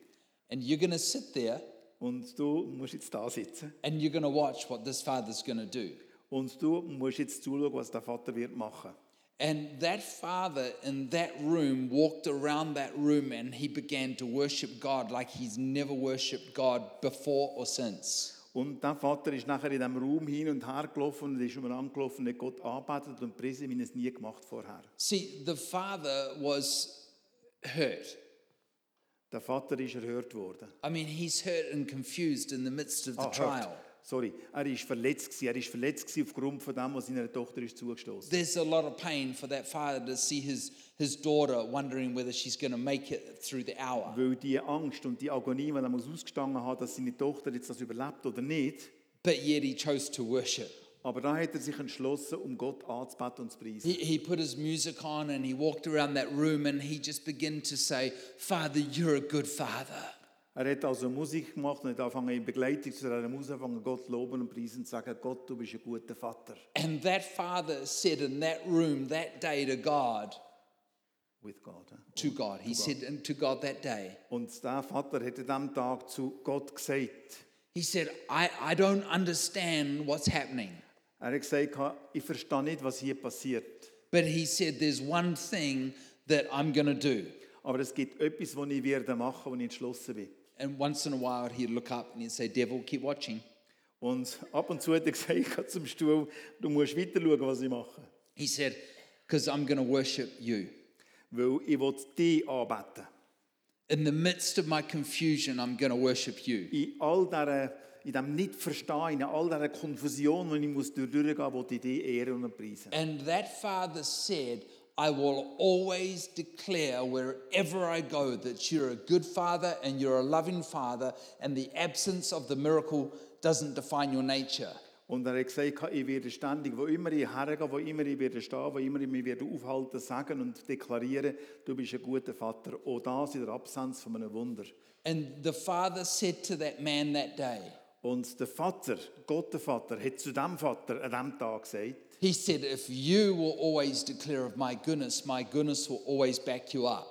Speaker 2: And you're going to sit there
Speaker 1: Und du musst jetzt da sitzen
Speaker 2: and you're going to watch what this father's going to do.
Speaker 1: und du musst jetzt zuschauen, was der Vater wird machen.
Speaker 2: And that father in that room walked around that room and he began to worship God like he's never worshiped God before or since.
Speaker 1: Und der Vater ist nachher in diesem Raum hin und her gelaufen und ist umeinander gelaufen und hat Gott arbeitet und priesen, wie er es nie gemacht vorher.
Speaker 2: See, the father was hurt.
Speaker 1: Der Vater ist erhört worden.
Speaker 2: I mean, he's hurt and confused in the midst of the
Speaker 1: Ah,
Speaker 2: trial.
Speaker 1: hört. Sorry, er ist verletzt gewesen. Er ist verletzt gewesen aufgrund von dem, was seiner Tochter ist zugestoßen.
Speaker 2: There's a lot of pain for that father to see his, his daughter wondering whether she's going to make it through the hour.
Speaker 1: Weil die Angst und die Agonie, die er muss ausgestanden hat, dass seine Tochter jetzt das überlebt oder nicht.
Speaker 2: But yet he chose to worship.
Speaker 1: Aber da hat er sich entschlossen, um Gott anzubeten und zu
Speaker 2: He,
Speaker 1: preisen.
Speaker 2: he put his music on and he walked around that room and he just began to say, Father, you're a good father.
Speaker 1: Er hat also Musik gemacht und hat angefangen, in Begleitung zu einer Musik angefangen, Gott loben und preisen und sagen, Gott, du bist ein guter Vater.
Speaker 2: And that father said in that room that day to God,
Speaker 1: With God. hä?
Speaker 2: to God, he said and to God that day,
Speaker 1: Und der Vater hat an diesem Tag zu Gott gesagt,
Speaker 2: he said, I, I don't understand what's happening.
Speaker 1: er hat gesagt, ich verstehe nicht, was hier passiert,
Speaker 2: But he said, There's one thing that I'm going to do.
Speaker 1: aber es gibt etwas, was ich werde machen, wenn ich entschlossen bin.
Speaker 2: And once in a while, he'd look up and he'd say, Devil, keep watching.
Speaker 1: Und ab und zu hat er gesagt zum Stuhl, du musst weiter schauen, was ich mache.
Speaker 2: He said, Because I'm going to worship you.
Speaker 1: Weil ich will dich anbeten.
Speaker 2: In the midst of my confusion, I'm going to worship you.
Speaker 1: In all dieser, in diesem Nichtverstehen, in all dieser Konfusion, die ich muss durchgehen muss, will ich dich ehren und preisen.
Speaker 2: And that father said, I will always declare wherever I go that you're a good father and you're a loving father, and the absence of the miracle doesn't define your nature.
Speaker 1: Und er hat gesagt, ich werde ständig, wo immer ich hergehe, wo immer ich werde stehen, wo immer ich mich werde aufhalten, sagen und deklarieren, du bist ein guter Vater. Auch das in der Absenz von einem Wunder.
Speaker 2: And the father said to that man that day,
Speaker 1: Und der Vater, Gott der Vater, hat zu dem Vater an diesem Tag gesagt,
Speaker 2: He said, If you will always declare of my goodness, my goodness will always back you up.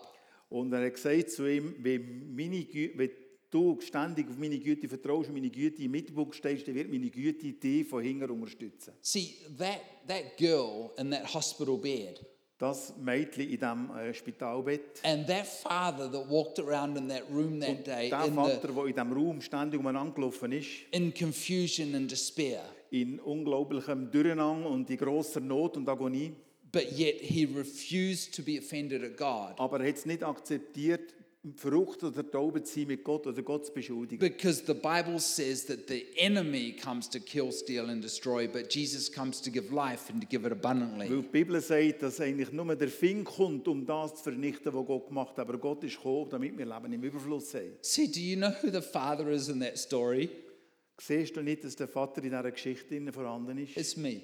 Speaker 1: und er hat gesagt zu ihm, wenn, meine Gü- wenn du ständig auf meine Güte vertraust, meine Güte im Mittelpunkt stehst, dann wird meine Güte dich von hinten unterstützen.
Speaker 2: See, that, that girl in that hospital bed
Speaker 1: Das Mädchen in diesem äh, Spitalbett.
Speaker 2: and that father that walked around in that room that day
Speaker 1: Der
Speaker 2: in, the,
Speaker 1: Vater, der in diesem Raum ständig umeinander gelaufen ist,
Speaker 2: in confusion and despair,
Speaker 1: in unglaublichem Durcheinander und in grosser Not und Agonie.
Speaker 2: but yet he refused to be offended at God
Speaker 1: Aber er hat es nicht akzeptiert, verrucht oder taub zu sein mit Gott oder Gott zu beschuldigen.
Speaker 2: because the Bible says that the enemy comes to kill, steal, and destroy, but Jesus comes to give life and to give it abundantly.
Speaker 1: Weil die Bibel sagt, dass eigentlich nur der Fink kommt, um das zu vernichten, was Gott gemacht hat. Aber Gott ist gekommen, damit wir Leben im Überfluss haben.
Speaker 2: See, do you know who the father is in that story?
Speaker 1: Siehst du nicht, dass der Vater in dieser Geschichte drin vorhanden ist?
Speaker 2: It's me.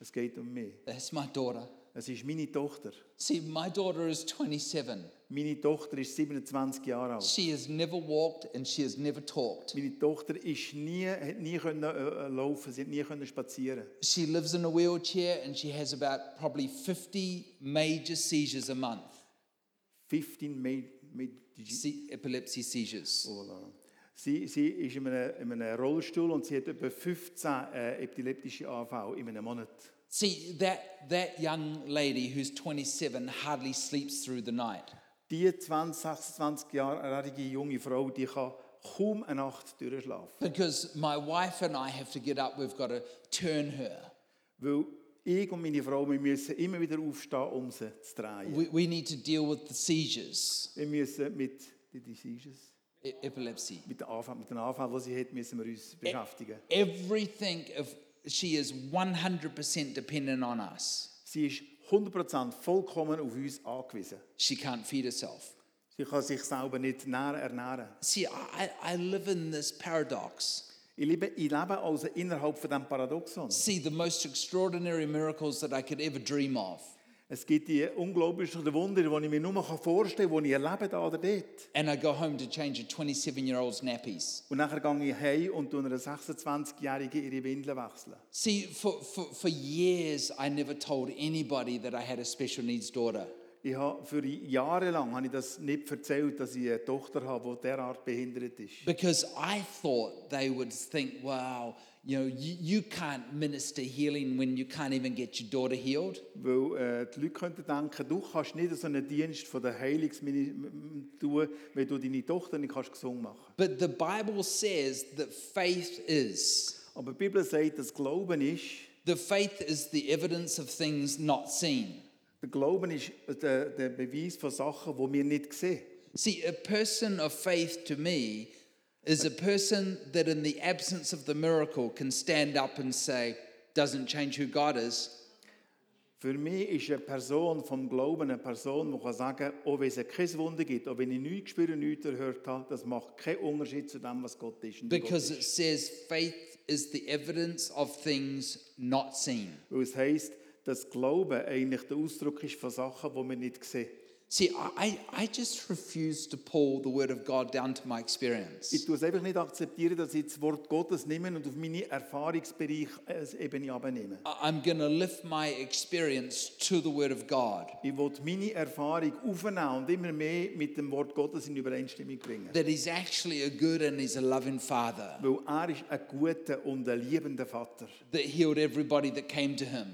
Speaker 1: Es geht um mich.
Speaker 2: That's my daughter.
Speaker 1: Es ist meine Tochter.
Speaker 2: See, my daughter is 27.
Speaker 1: Meine Tochter ist 27 Jahre alt.
Speaker 2: She has never walked and she has never talked.
Speaker 1: Meine Tochter ist nie, hat nie können, äh, äh, laufen, sie hat nie können spazieren.
Speaker 2: She lives in a wheelchair and she has about probably 50 major seizures a month.
Speaker 1: 15 May, May,
Speaker 2: Se- epilepsy seizures.
Speaker 1: Voilà. Sie, sie ist in einem, in einem Rollstuhl und sie hat etwa 15 äh, epileptische Anfälle in einem Monat.
Speaker 2: See, that, that young lady who's 27 hardly sleeps through the night.
Speaker 1: Die 20, 26 jährige junge Frau, die kann kaum eine Nacht durchschlafen.
Speaker 2: Because my wife and I have to get up, we've got to turn her.
Speaker 1: Weil ich und meine Frau, wir müssen immer wieder aufstehen, um sie zu drehen.
Speaker 2: We, we need to deal with the seizures,
Speaker 1: Wir müssen mit den Diseases,
Speaker 2: e- epilepsy.
Speaker 1: mit den Anfällen, mit den Anfällen, die sie hat, müssen wir uns beschäftigen.
Speaker 2: Everything of she is 100% dependent on us.
Speaker 1: Sie ist 100% vollkommen auf uns angewiesen.
Speaker 2: She can't feed herself.
Speaker 1: Sie kann sich selber nicht nähren, ernähren.
Speaker 2: See, I, I live in this paradox.
Speaker 1: Ich lebe, ich lebe also innerhalb von diesem Paradoxon.
Speaker 2: See, the most extraordinary miracles that I could ever dream of.
Speaker 1: Es gibt die unglaublichen Wunder, die ich mir nur vorstellen kann, die ich erlebe da oder dort.
Speaker 2: And I go home to change a 27 year old's nappies.
Speaker 1: Und nachher gehe ich heim und tue einer 26-Jährigen ihre Windeln wechseln.
Speaker 2: See, for, for, for years, I never told anybody that I had a special needs daughter.
Speaker 1: Ich habe für Jahre lang habe ich das nicht erzählt, dass ich eine Tochter habe, die derart behindert ist.
Speaker 2: Because I thought they would think, wow, you know, you, you can't minister healing when you can't even get your daughter healed.
Speaker 1: Weil äh, die Leute könnten denken, du kannst nicht so einen Dienst von der Heilungsministerin tun, wenn du deine Tochter nicht kannst gesund machen
Speaker 2: But the Bible says that faith is.
Speaker 1: kannst. Aber die Bibel sagt, dass Glauben ist,
Speaker 2: The faith is the evidence of things not seen.
Speaker 1: der Glauben ist äh, der, der Beweis von Sachen, die wir nicht sehen.
Speaker 2: See, a person of faith to me is a person that, in the absence of the miracle, can stand up and say, doesn't change who God is.
Speaker 1: Für mich ist eine Person vom Glauben eine Person, die kann sagen kann, auch wenn es kein Wunder gibt, auch wenn ich nichts spüre, nichts gehört habe, das macht keinen Unterschied zu dem, was Gott ist. und wie
Speaker 2: Because
Speaker 1: Gott
Speaker 2: it says faith is the evidence of things not seen.
Speaker 1: ist. Weil es heisst, dass Glauben eigentlich der Ausdruck ist von Sachen, die wir nicht sehen.
Speaker 2: See, I, I I just refuse to pull the word of God down to my experience.
Speaker 1: Ich tue es einfach nicht akzeptieren, dass ich das Wort Gottes nehme und auf meine Erfahrungsbereich es eben abnehme.
Speaker 2: I- I'm going to lift my experience to the word of God.
Speaker 1: Ich will meine Erfahrung aufnehmen und immer mehr mit dem Wort Gottes in Übereinstimmung bringen.
Speaker 2: That he's actually a good and he's a loving father
Speaker 1: Weil er ist ein guter und ein liebender Vater.
Speaker 2: that healed everybody that came to him.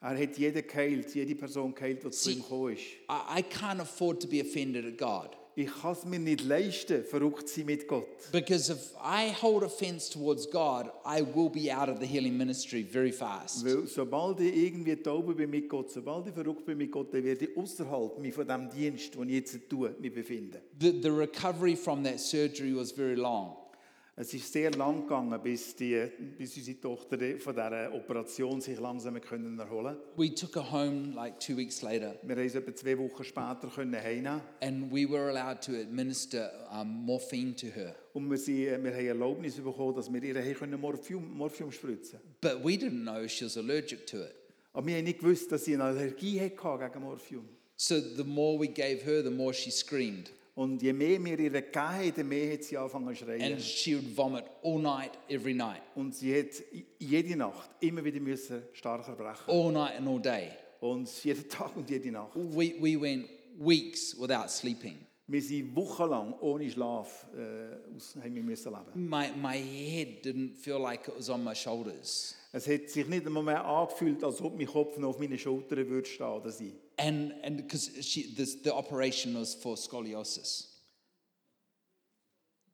Speaker 1: Er hat jeden geheilt, jede Person geheilt, die zu ihm gekommen ist.
Speaker 2: I, I can't afford to be offended at God
Speaker 1: Ich kann es mir nicht leisten, verrückt zu sein mit Gott.
Speaker 2: because if I hold offense towards God, I will be out of the healing ministry very fast.
Speaker 1: Weil sobald ich irgendwie taub bin mit Gott, sobald ich verrückt bin mit Gott, dann werde ich außerhalb mich von dem Dienst, den ich jetzt tue, mich befinden.
Speaker 2: The, the recovery from that surgery was very long.
Speaker 1: Es ist sehr lang gegangen, bis, die, bis unsere Tochter von dieser Operation sich langsam können erholen konnte.
Speaker 2: We took her home like two weeks later
Speaker 1: Wir haben sie etwa zwei Wochen später können heimnehmen
Speaker 2: and we were allowed to administer um, morphine to her.
Speaker 1: und wir, sind, äh, wir haben Erlaubnis bekommen, dass wir ihr haben können Morphium, Morphium spritzen konnten.
Speaker 2: But we didn't know she was allergic to it.
Speaker 1: Aber wir haben nicht gewusst, dass sie eine Allergie hatte gegen Morphium.
Speaker 2: So the more we gave her, the more she screamed.
Speaker 1: Und je mehr wir ihr gegeben haben, desto mehr hat sie angefangen zu schreien.
Speaker 2: And she would vomit all night, every night,
Speaker 1: Und sie hat jede Nacht immer wieder müssen stark erbrechen.
Speaker 2: all night and all day.
Speaker 1: Und jeden Tag und jede Nacht.
Speaker 2: We, we went weeks without sleeping.
Speaker 1: Wir sind wochenlang ohne Schlaf äh, aus, haben wir müssen leben.
Speaker 2: My, my head didn't feel like it was on my shoulders.
Speaker 1: Es hat sich nicht einmal mehr angefühlt, als ob mein Kopf noch auf meinen Schultern würde stehen oder sein.
Speaker 2: And because she this, the operation was for scoliosis.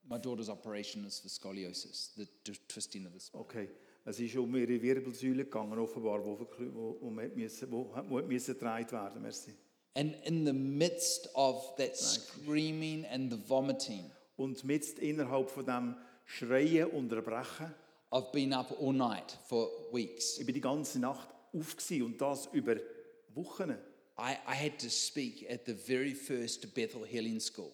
Speaker 2: My daughter's operation was for scoliosis, the t- twisting of the spine.
Speaker 1: Okay. Es ist um ihre Wirbelsäule gegangen, offenbar, wo, verkl- wo, wo, man hat müssen, wo, wo hat müssen gedreht werden Merci.
Speaker 2: And in the midst of that screaming and the vomiting,
Speaker 1: Und mit innerhalb von dem Schreien und Erbrechen,
Speaker 2: I've been up all night for weeks.
Speaker 1: ich bin die ganze Nacht auf gewesen, und das über Wochen.
Speaker 2: I, I had to speak at the very first Bethel Healing School.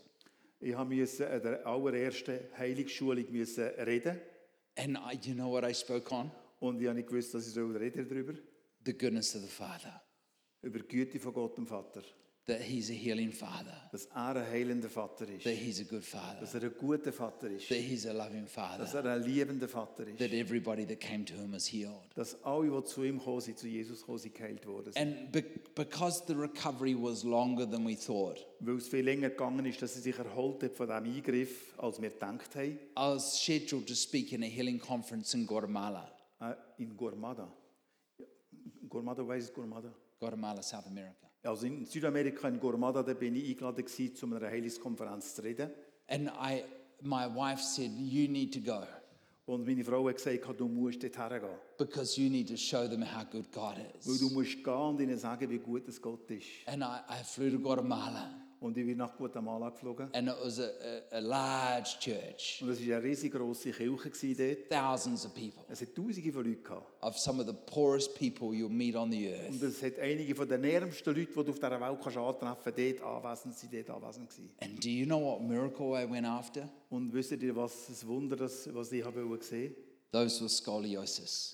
Speaker 1: Ich habe müssen an der allerersten Heilungsschulung müssen reden
Speaker 2: And I, you know what I spoke on?
Speaker 1: und ich habe nicht gewusst, dass ich darüber reden darüber
Speaker 2: The goodness of the Father,
Speaker 1: über die Güte von Gott dem Vater,
Speaker 2: that He's a healing Father,
Speaker 1: dass er ein heilender Vater ist,
Speaker 2: that He's a good Father,
Speaker 1: dass er ein guter Vater ist,
Speaker 2: that He's a loving Father,
Speaker 1: dass er ein liebender Vater ist,
Speaker 2: that everybody that came to Him was healed.
Speaker 1: dass alle, die zu ihm gekommen sind, zu Jesus gekommen sind, geheilt worden sind.
Speaker 2: And be- because the recovery was longer than we thought,
Speaker 1: Weil es viel länger gegangen ist, dass sie sich erholt hat von diesem Eingriff, als wir gedacht haben,
Speaker 2: I was scheduled to speak in a healing conference in Guatemala,
Speaker 1: äh, in Gormada. Gormada, weiss es Gormada?
Speaker 2: Guatemala, South America.
Speaker 1: Also in Südamerika, in Gormada, da bin ich eingeladen gewesen, zu einer Heilungskonferenz zu reden.
Speaker 2: And I, my wife said, You need to go
Speaker 1: Und meine Frau hat gesagt, du musst dort hergehen.
Speaker 2: because you need to show them how good God
Speaker 1: Weil
Speaker 2: is.
Speaker 1: du musst gehen und ihnen sagen, wie gut es Gott ist.
Speaker 2: And I, I flew to Guatemala,
Speaker 1: Und ich bin nach Guatemala geflogen.
Speaker 2: and it was a, a, a large church,
Speaker 1: Und es war eine riesengroße Kirche gewesen dort.
Speaker 2: thousands of people,
Speaker 1: Es hat tausende von Leuten gehabt.
Speaker 2: of some of the poorest people you'll meet on the earth.
Speaker 1: Und es hat einige von den ärmsten Leuten, die du auf dieser Welt kannst antreffen kannst, dort anwesend sind, dort anwesend gewesen.
Speaker 2: And do you know what miracle I went after?
Speaker 1: Und wisst ihr, was das Wunder, das, was ich habe wollen sehen?
Speaker 2: Those were scoliosis.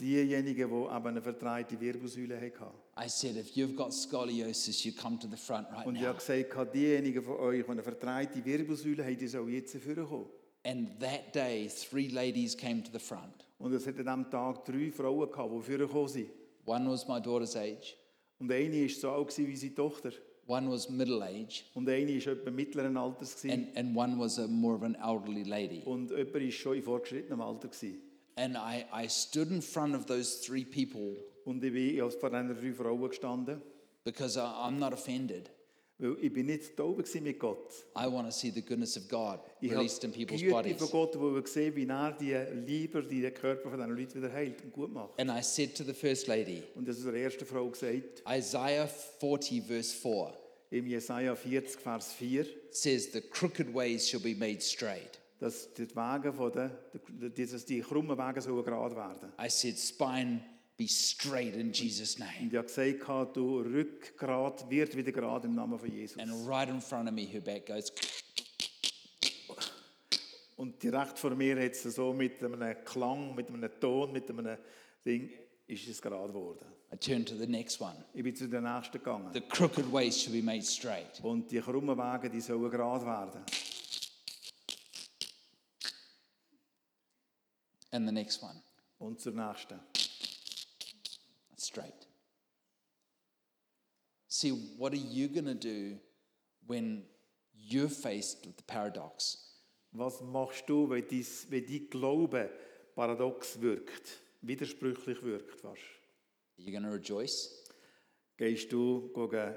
Speaker 1: Diejenigen, die eben eine vertreibte Wirbelsäule hatten.
Speaker 2: I said, if you've got scoliosis, you come to the front right
Speaker 1: Und ich
Speaker 2: now.
Speaker 1: habe gesagt, diejenigen von euch, die eine vertreibte Wirbelsäule haben, die sollen jetzt vorkommen.
Speaker 2: And that day, three ladies came to the front.
Speaker 1: Und es hat an diesem Tag drei Frauen gehabt, die vorgekommen sind.
Speaker 2: One was my daughter's age,
Speaker 1: Und eine war so alt gewesen wie seine Tochter.
Speaker 2: one was middle age,
Speaker 1: Und eine war etwa mittleren Alters. gewesen.
Speaker 2: and, and one was a, more of an elderly lady.
Speaker 1: Und jemand war schon in fortgeschrittenem Alter. gewesen.
Speaker 2: And I, I stood in front of those three people
Speaker 1: Und ich bin als vor einer drei Frauen gestanden,
Speaker 2: because I, I'm not offended.
Speaker 1: weil ich bin nicht taub gewesen mit Gott.
Speaker 2: I want to see the goodness of God
Speaker 1: Ich
Speaker 2: released in people's
Speaker 1: habe die
Speaker 2: bodies.
Speaker 1: von Gott wollen sehen, wie er die Liebe, die den Körper von diesen Leuten wieder heilt und gut macht.
Speaker 2: And I said to the first lady,
Speaker 1: Und das ist der erste Frau gesagt,
Speaker 2: Isaiah 40, verse 4
Speaker 1: im Jesaja 40, Vers 4,
Speaker 2: says, The crooked ways shall be made straight.
Speaker 1: dass die Wege von den, dass die krummen Wege sollen gerade werden.
Speaker 2: I said, Spine be straight in Jesus'
Speaker 1: Und
Speaker 2: name.
Speaker 1: ich habe gesagt, du Rückgrat wird wieder gerade im Namen von Jesus.
Speaker 2: And right in front of me, her back goes,
Speaker 1: Und direkt vor mir hat es so mit einem Klang, mit einem Ton, mit einem Ding, ist es gerade geworden.
Speaker 2: I turned to the next one.
Speaker 1: Ich bin zu den Nächsten gegangen.
Speaker 2: The crooked ways should be made straight.
Speaker 1: Und die krummen Wege, die sollen gerade werden.
Speaker 2: And the next one,
Speaker 1: Und zur Nächsten.
Speaker 2: straight. See, what are you going to do when you're faced with the paradox?
Speaker 1: Was machst du, wenn dein, wenn dein Glaube paradox wirkt? Widersprüchlich wirkt fast.
Speaker 2: Are you going to rejoice?
Speaker 1: Gehst du gegen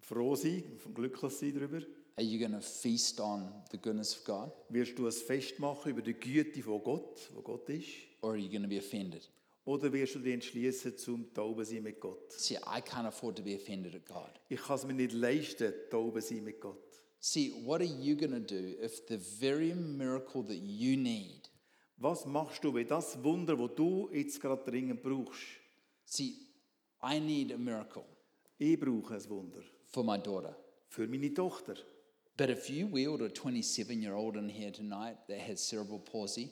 Speaker 1: froh sein, glücklich sein darüber?
Speaker 2: Are you going to feast on the goodness of God?
Speaker 1: Wirst du ein Fest machen über die Güte von Gott, wo Gott ist?
Speaker 2: Or are you going to be offended?
Speaker 1: Oder wirst du dich entschließen, zum Tauben sein mit Gott?
Speaker 2: See, I can't afford to be offended at God.
Speaker 1: Ich kann es mir nicht leisten, Tauben sein mit Gott.
Speaker 2: See, what are you going to do if the very miracle that you need,
Speaker 1: Was machst du, wenn das Wunder, wo du jetzt gerade dringend brauchst?
Speaker 2: see, I need a miracle
Speaker 1: Ich brauche ein Wunder
Speaker 2: for my daughter.
Speaker 1: für meine Tochter.
Speaker 2: But if you wheeled a 27 year old in here tonight that has cerebral palsy,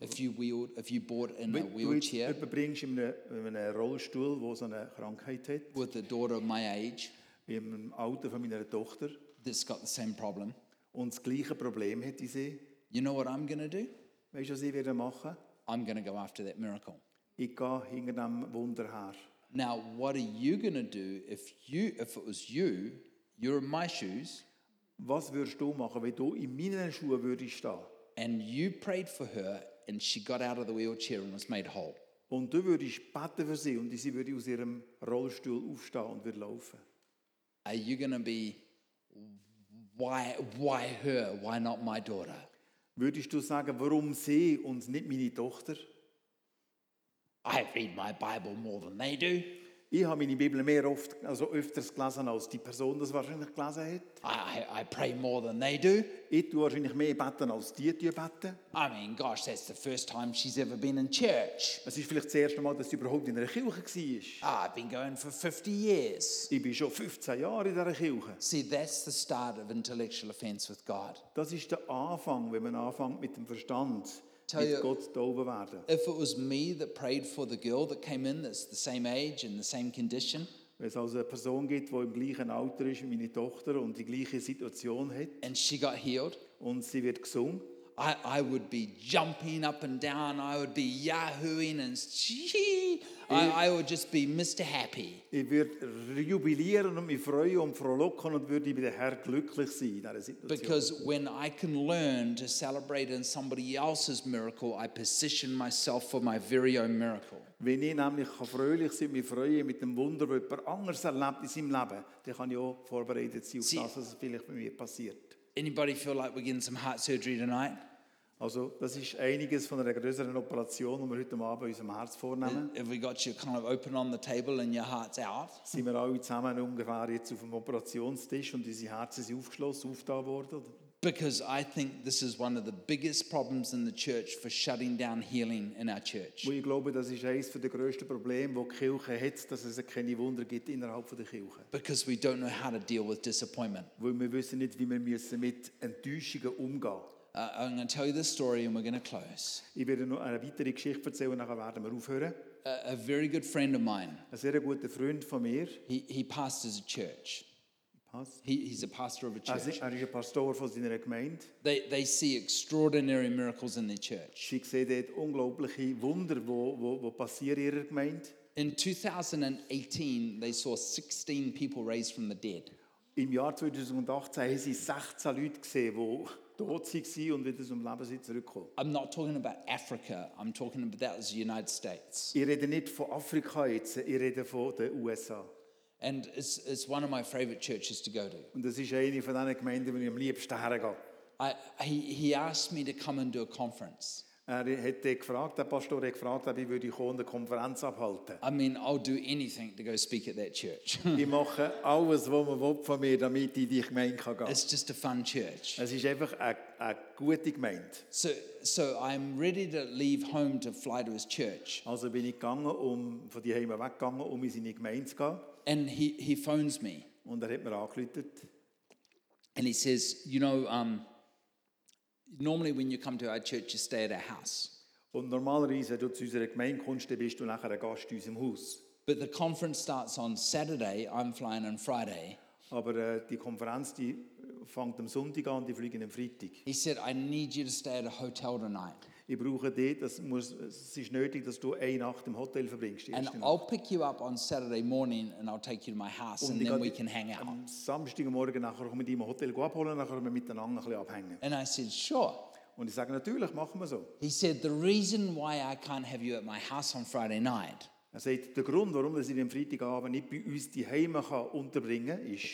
Speaker 2: if you wheeled, if you bought in a
Speaker 1: Wenn du jetzt
Speaker 2: wheelchair
Speaker 1: jemanden bringst in einem, in einem Rollstuhl, der so eine Krankheit hat,
Speaker 2: with a daughter my age
Speaker 1: im Alter von meiner Tochter
Speaker 2: that's got the same problem,
Speaker 1: und das gleiche Problem hat wie sie,
Speaker 2: you know what I'm going to do?
Speaker 1: weißt du, was ich werde machen?
Speaker 2: I'm going to go after that miracle.
Speaker 1: Ich gehe hinter dem Wunder her.
Speaker 2: Now, what are you going to do if you, if it was you, you're in my shoes,
Speaker 1: Was würdest du machen, wenn du in meinen Schuhen würdest stehen?
Speaker 2: and you prayed for her, and she got out of the wheelchair and was made whole?
Speaker 1: Und du würdest beten für sie und sie würde aus ihrem Rollstuhl aufstehen und würde laufen.
Speaker 2: Are you going to be, why, why her? Why not my daughter?
Speaker 1: Würdest du sagen, warum sie und nicht meine Tochter?
Speaker 2: I read my Bible more than they do.
Speaker 1: Ich habe meine Bibel mehr oft, also öfters gelesen, als die Person das wahrscheinlich gelesen hat.
Speaker 2: I, I, I pray more than they do.
Speaker 1: Ich tue wahrscheinlich mehr beten, als die die beten.
Speaker 2: I mean, gosh, that's the first time she's ever been in church.
Speaker 1: Es ist vielleicht das erste Mal, dass sie überhaupt in einer Kirche war.
Speaker 2: Ah, I've been going for 50 years.
Speaker 1: Ich bin schon 15 Jahre in dieser Kirche.
Speaker 2: See, that's the start of intellectual offense with God.
Speaker 1: Das ist der Anfang, wenn man anfängt mit dem Verstand,
Speaker 2: Tell you-
Speaker 1: mit Gott zu oben werden.
Speaker 2: If it was me that prayed for the girl that came in that's the same age and the same condition,
Speaker 1: Wenn es also eine Person gibt, die im gleichen Alter ist wie meine Tochter und die gleiche Situation hat
Speaker 2: and she got healed,
Speaker 1: und sie wird gesungen,
Speaker 2: I, I would be jumping up and down. I would be yahooing and gee, I, I would just be Mr. Happy.
Speaker 1: ich würde jubilieren und mich freuen und frohlocken und würde bei dem Herrn glücklich sein in dieser Situation.
Speaker 2: Because when I can learn to celebrate in somebody else's miracle, I position myself for my very own miracle.
Speaker 1: Wenn ich nämlich kann fröhlich sein und mich freuen mit dem Wunder, das jemand anderes erlebt in seinem Leben, dann kann ich auch vorbereitet sein auf
Speaker 2: Sie-
Speaker 1: das, was vielleicht bei mir passiert.
Speaker 2: Anybody feel like we're getting some heart surgery tonight?
Speaker 1: Also das ist einiges von einer größeren Operation, die wir heute Abend unserem Herz vornehmen.
Speaker 2: Have we got you kind of open on the table and your heart's out?
Speaker 1: Sind wir alle zusammen ungefähr jetzt auf dem Operationstisch und unsere Herzen sind aufgeschlossen, aufgetan worden? Oder?
Speaker 2: Because I think this is one of the biggest problems in the church for shutting down healing in our church.
Speaker 1: Wo ich glaube, das ist eines der grössten Probleme, die die Kirche hat, dass es keine Wunder gibt innerhalb der Kirche.
Speaker 2: Because we don't know how to deal with disappointment.
Speaker 1: Weil wir wissen nicht, wie wir müssen mit Enttäuschungen umgehen müssen.
Speaker 2: Uh, I'm going to tell you this story and we're going to close.
Speaker 1: Ich werde noch eine weitere Geschichte erzählen, nachher werden wir aufhören.
Speaker 2: A, a very good friend of mine,
Speaker 1: Ein sehr guter Freund von mir,
Speaker 2: he, he pastors a church.
Speaker 1: Pass,
Speaker 2: He, he's a pastor of a
Speaker 1: er
Speaker 2: church.
Speaker 1: ist er ist ein Pastor von seiner Gemeinde.
Speaker 2: They, they see extraordinary miracles in their church.
Speaker 1: Sie sehen dort unglaubliche Wunder, die wo, wo, wo passieren in ihrer Gemeinde.
Speaker 2: In 2018, they saw 16 people raised from the dead.
Speaker 1: Im Jahr 2018 haben sie 16 Leute gesehen, die tot waren und wieder zum Leben sind zurückgekommen.
Speaker 2: I'm not talking about Africa. I'm talking about that was the United States.
Speaker 1: Ich rede nicht von Afrika jetzt, ich rede von den USA.
Speaker 2: And it's, it's one of my favorite churches to go to.
Speaker 1: Und das ist eine von diesen Gemeinden, wo ich am liebsten hergehe.
Speaker 2: I, he, he asked me to come and do a conference.
Speaker 1: Er hat dann gefragt, der Pastor hat gefragt, ob ich würde kommen und eine Konferenz abhalten
Speaker 2: I mean, I'll do anything to go speak at that church.
Speaker 1: Ich mache alles, was man will von mir damit ich in die Gemeinde kann gehen kann.
Speaker 2: it's just a fun church.
Speaker 1: Es ist einfach eine, eine gute Gemeinde.
Speaker 2: So, so I'm ready to leave home to fly to his church.
Speaker 1: Also bin ich gegangen, um, von die Heime weggegangen, um in seine Gemeinde zu gehen.
Speaker 2: And he, he phones me.
Speaker 1: Und er hat mir angerufen.
Speaker 2: And he says, You know, um, normally when you come to our church, you stay at our house.
Speaker 1: Und normalerweise, wenn du zu unserer Gemeinde kommst, dann bist du nachher ein Gast in unserem Haus.
Speaker 2: But the conference starts on Saturday. I'm flying on Friday.
Speaker 1: Aber äh, die Konferenz, die fängt am Sonntag an, die fliegen am Freitag.
Speaker 2: He said, I need you to stay at a hotel tonight.
Speaker 1: Ich brauche dich, das muss, es ist nötig, dass du eine Nacht im Hotel verbringst. die
Speaker 2: And
Speaker 1: erste Nacht.
Speaker 2: I'll pick you up on Saturday morning and I'll take you to my house
Speaker 1: Und
Speaker 2: and
Speaker 1: ich
Speaker 2: then
Speaker 1: gehe
Speaker 2: we
Speaker 1: dich
Speaker 2: can hang out.
Speaker 1: Am Samstagmorgen nachher kommen wir dich im Hotel abholen, nachher können wir miteinander ein bisschen abhängen.
Speaker 2: And I said, Sure.
Speaker 1: Und ich sage, natürlich, machen wir so.
Speaker 2: He said, The reason why I can't have you at my house on Friday night
Speaker 1: Er sagt, der Grund, warum dass ich den Freitagabend nicht bei uns die Heime kann unterbringen kann, ist,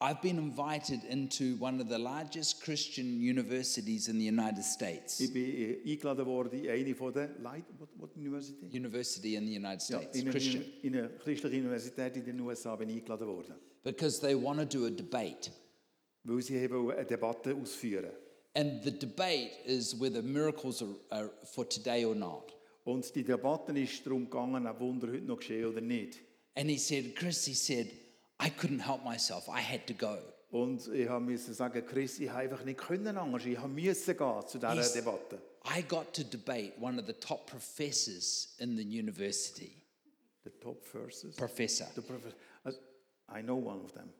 Speaker 2: I've been invited into one of the largest Christian universities in the United States.
Speaker 1: ich bin äh, eingeladen worden in eine von den Light, what, what University?
Speaker 2: University in the United
Speaker 1: Ja,
Speaker 2: States,
Speaker 1: in,
Speaker 2: Christian,
Speaker 1: eine, in eine christliche Universität in den USA bin ich eingeladen worden.
Speaker 2: because they want to do a debate.
Speaker 1: Weil sie eben eine Debatte ausführen.
Speaker 2: And the debate is whether miracles are, are for today or not.
Speaker 1: Und die Debatte ist darum gegangen, ob Wunder heute noch geschehen oder nicht.
Speaker 2: And he said, Chris, he said, I couldn't help myself. I had to go.
Speaker 1: Und ich musste sagen, Chris, ich habe einfach nicht können anders. Ich musste gehen zu dieser
Speaker 2: Yes.
Speaker 1: Debatte.
Speaker 2: I got to debate one of the top professors in the university.
Speaker 1: Der Top Verses.
Speaker 2: Professor.
Speaker 1: Der Prof- also, I know one of them.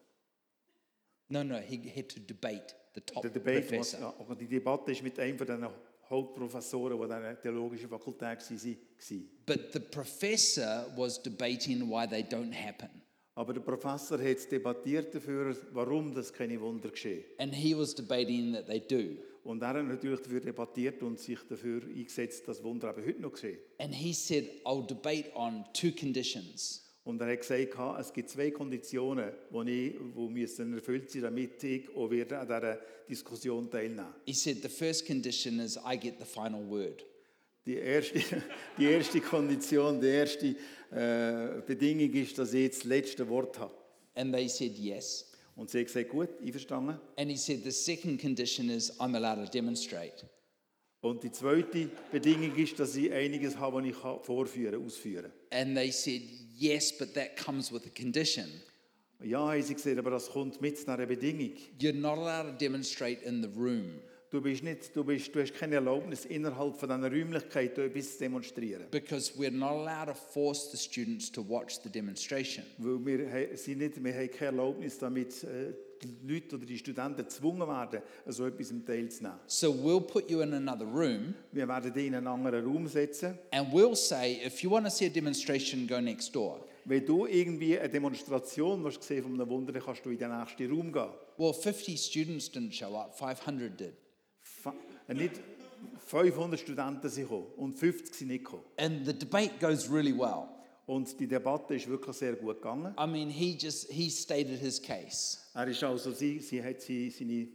Speaker 2: No, no, he had to debate the top
Speaker 1: Der Debate, was,
Speaker 2: professor.
Speaker 1: ja, aber die Debatte ist mit einem von den Hauptprofessoren, die an der theologischen Fakultät waren. war.
Speaker 2: But the professor was debating why they don't happen.
Speaker 1: Aber der Professor hat es debattiert dafür, warum das keine Wunder geschehen.
Speaker 2: And he was debating that they do.
Speaker 1: Und er hat natürlich dafür debattiert und sich dafür eingesetzt, dass Wunder eben heute noch geschehen.
Speaker 2: And he said, I'll debate on two conditions.
Speaker 1: Und er hat gesagt, ha, es gibt zwei Konditionen, die, ich, die müssen erfüllt sein, damit ich auch werde an dieser Diskussion teilnehmen
Speaker 2: He said, The first condition is I get the final word.
Speaker 1: Die erste, die erste Kondition, die erste äh, Bedingung ist, dass ich das letzte Wort habe.
Speaker 2: And they said, Yes.
Speaker 1: Und sie hat gesagt, gut, einverstanden.
Speaker 2: And he said, The second condition is I'm allowed to demonstrate.
Speaker 1: Und die zweite Bedingung ist, dass ich einiges habe, was ich kann vorführen, ausführen
Speaker 2: And they said, Yes, but that comes with a condition.
Speaker 1: kann. Ja, haben sie gesagt, aber das kommt mit einer Bedingung.
Speaker 2: You're not allowed to demonstrate in the room
Speaker 1: Du, bist nicht, du, bist, du hast keine Erlaubnis, innerhalb von dieser Räumlichkeit etwas zu demonstrieren.
Speaker 2: because we're not allowed to force the students to watch the demonstration.
Speaker 1: Weil wir, he- sind nicht, wir haben keine Erlaubnis, damit äh, die Leute oder die Studenten gezwungen werden, an so etwas teilzunehmen.
Speaker 2: So we'll put you in another room
Speaker 1: Wir werden die in einen anderen Raum setzen.
Speaker 2: and we'll say, If you want to see a demonstration, go next door.
Speaker 1: Wenn du irgendwie eine Demonstration hast gesehen von einem Wunder, dann kannst du in den nächsten Raum gehen.
Speaker 2: Well, 50 students didn't show up, 500 did.
Speaker 1: Fa- äh, Nicht 500 Studenten sind gekommen und 50 sind nicht gekommen.
Speaker 2: And the debate goes really well.
Speaker 1: Und die Debatte ist wirklich sehr gut gegangen.
Speaker 2: I mean, he just he stated his case,
Speaker 1: Er ist also, sie, sie hat sie, seine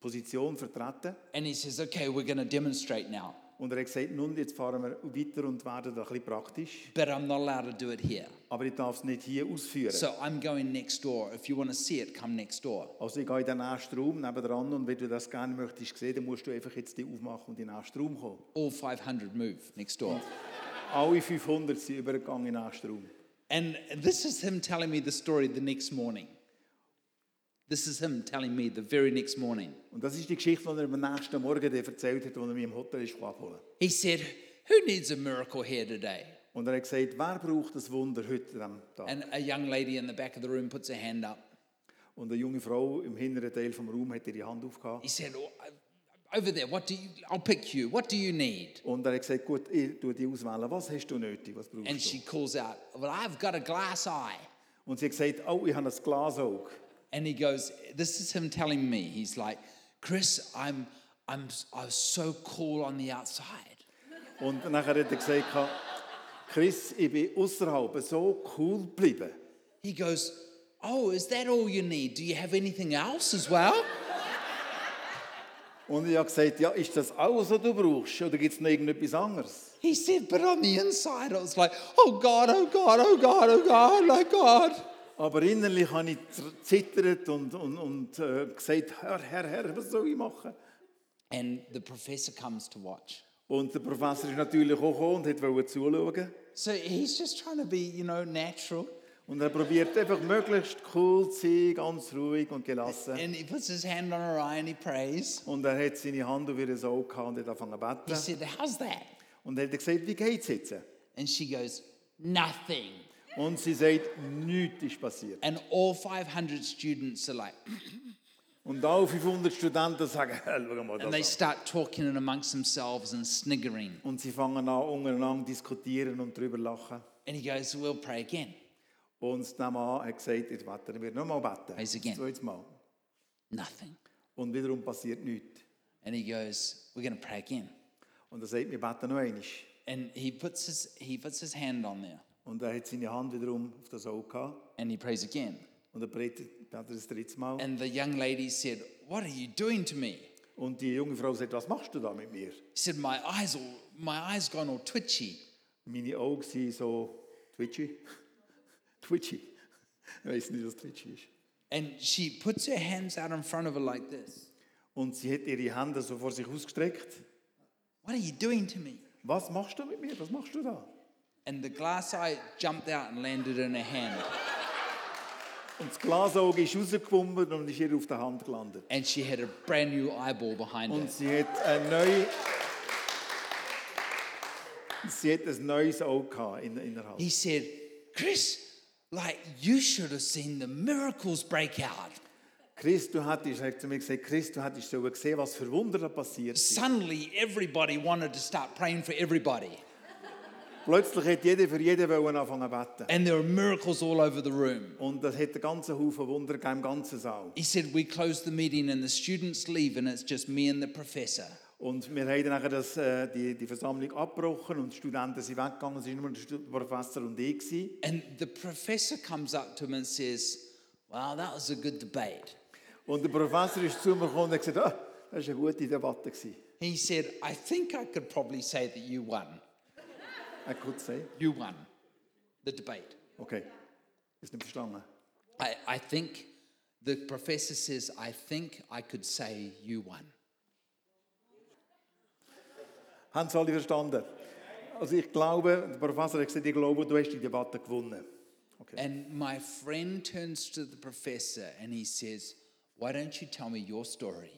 Speaker 1: Position vertreten.
Speaker 2: and he says, "Okay, we're going to demonstrate now,
Speaker 1: Und er hat gesagt, nun, jetzt fahren wir weiter und werden da ein bisschen praktisch.
Speaker 2: but I'm not allowed to do it here.
Speaker 1: Aber ich darf es nicht hier ausführen.
Speaker 2: So I'm going next door. If you want to see it, come next door."
Speaker 1: Also ich gehe in den nächsten Raum nebenan und wenn du das gerne möchtest sehen, dann musst du einfach jetzt die aufmachen und in den nächsten Raum kommen.
Speaker 2: All 500 move next door,
Speaker 1: Alle 500 sind übergegangen in den nächsten Raum.
Speaker 2: and this is him telling me the story the next morning. This is him telling me the very next morning.
Speaker 1: Und das ist die Geschichte, die er am nächsten Morgen dann erzählt hat, als er mich im Hotel ist abholen.
Speaker 2: He said, "Who needs a miracle here today?"
Speaker 1: Und er hat gesagt, wer braucht das Wunder heute an diesem Tag?
Speaker 2: And a young lady in the back of the room puts her hand up.
Speaker 1: Und eine junge Frau im hinteren Teil vom Raum hat ihre Hand
Speaker 2: He
Speaker 1: aufgehauen.
Speaker 2: said, "Oh, I- "Over there, what do you? I'll pick you. What do you need?"
Speaker 1: Und er hat gesagt, gut, ich tue die auswählen. Was hast du nötig? Was brauchst
Speaker 2: And she
Speaker 1: du?
Speaker 2: calls out, Well, I've got a glass eye.
Speaker 1: Und sie hat gesagt, oh, ich habe ein Glasauge.
Speaker 2: And he goes, This is him telling me. He's like, Chris, I'm, I'm, I was so cool on the outside.
Speaker 1: Und nachher hat er gesagt, Chris, ich bin außerhalb so cool geblieben.
Speaker 2: He goes, Oh, is that all you need? Do you have anything else as well?
Speaker 1: Und ich habe gesagt, ja, ist das alles, was du brauchst? Oder gibt es noch irgendetwas anderes?
Speaker 2: He said, But on the inside, I was like, Oh God, oh God, oh God, oh God, my God.
Speaker 1: Aber innerlich habe ich zr- zittert und, und, und äh, gesagt, Herr, Herr, Herr, was soll ich machen?
Speaker 2: And the professor comes to watch.
Speaker 1: Und der Professor ist natürlich auch gekommen und wollte zuschauen.
Speaker 2: So he's just trying to be, you know, natural.
Speaker 1: Und er probiert einfach möglichst cool zu sein, ganz ruhig und gelassen.
Speaker 2: And he puts his hand on her eye and he prays.
Speaker 1: Und er hat seine Hand auf ihr Auge gehabt und hat angefangen zu
Speaker 2: He
Speaker 1: beten.
Speaker 2: said, How's that?
Speaker 1: Und er hat gesagt, wie geht's jetzt?
Speaker 2: And she goes, Nothing.
Speaker 1: Und sie sagt, nichts ist passiert.
Speaker 2: And all 500 students are like,
Speaker 1: Und alle 500 Studenten sagen, schau mal
Speaker 2: and they
Speaker 1: das an.
Speaker 2: start talking and amongst themselves and sniggering.
Speaker 1: Und sie fangen an, untereinander diskutieren und darüber lachen.
Speaker 2: And he goes, We'll pray again.
Speaker 1: Und dann an, hat gesagt, jetzt beten wir nochmal beten.
Speaker 2: Eins again.
Speaker 1: Zweites Mal.
Speaker 2: Nothing.
Speaker 1: Und wiederum passiert nichts.
Speaker 2: And he goes, We're going to pray again.
Speaker 1: Und er sagt, wir beten noch einmal.
Speaker 2: And he puts his, he puts his hand on there
Speaker 1: Und er hat seine Hand wiederum auf das Auge gehabt.
Speaker 2: and he prays again.
Speaker 1: Und er betet betet das drittes Mal.
Speaker 2: And the young lady said, What are you doing to me?
Speaker 1: Und die junge Frau sagt, was machst du da mit mir?
Speaker 2: He said, My eyes, all, my eyes gone all twitchy.
Speaker 1: Meine Augen sind so twitchy. twitchy. Ich weiß nicht, was twitchy ist.
Speaker 2: And she puts her hands out in front of her like this.
Speaker 1: Und sie hat ihre Hände so vor sich ausgestreckt.
Speaker 2: What are you doing to me?
Speaker 1: Was machst du mit mir? Was machst du da?
Speaker 2: And the glass eye jumped out and landed in her hand.
Speaker 1: Und das Glasauge ist rausgeschwommen und ist ihr auf der Hand gelandet.
Speaker 2: And she had a brand new eyeball behind her.
Speaker 1: Und sie hat ein neues... Sie hat ein neues Auge gehabt in, in der Hand.
Speaker 2: He said, Chris, like you should have seen the miracles break out.
Speaker 1: Chris, du hättest, er hat zu mir gesagt, Chris, du hättest sollen sehen, was für Wunder da passiert sind.
Speaker 2: Suddenly, everybody wanted to start praying for everybody.
Speaker 1: Plötzlich hat jeder für jeden wollen anfangen zu beten.
Speaker 2: And there were miracles all over the room.
Speaker 1: Und das hat einen ganzen Haufen Wunder gegeben, im ganzen Saal.
Speaker 2: He said, We close the meeting and the students leave, and it's just me and the professor.
Speaker 1: Und wir haben dann nachher das, äh, die, die Versammlung abgebrochen und die Studenten sind weggegangen. Es waren nur der Stu- Professor und ich. Gewesen.
Speaker 2: And the professor comes up to him and says, Wow, that was a good debate.
Speaker 1: Und der Professor ist zu mir gekommen und hat gesagt, ah, das war eine gute Debatte. Gewesen.
Speaker 2: He said, I think I could probably say that you won.
Speaker 1: Er hat gesagt,
Speaker 2: You won the debate.
Speaker 1: okay, ist nicht verstanden.
Speaker 2: I, I think the professor says, I think I could say you won.
Speaker 1: Haben Sie alle verstanden? Also ich glaube, der Professor hat gesagt, ich glaube, du hast die Debatte gewonnen. Okay.
Speaker 2: And my friend turns to the professor and he says, Why don't you tell me your story?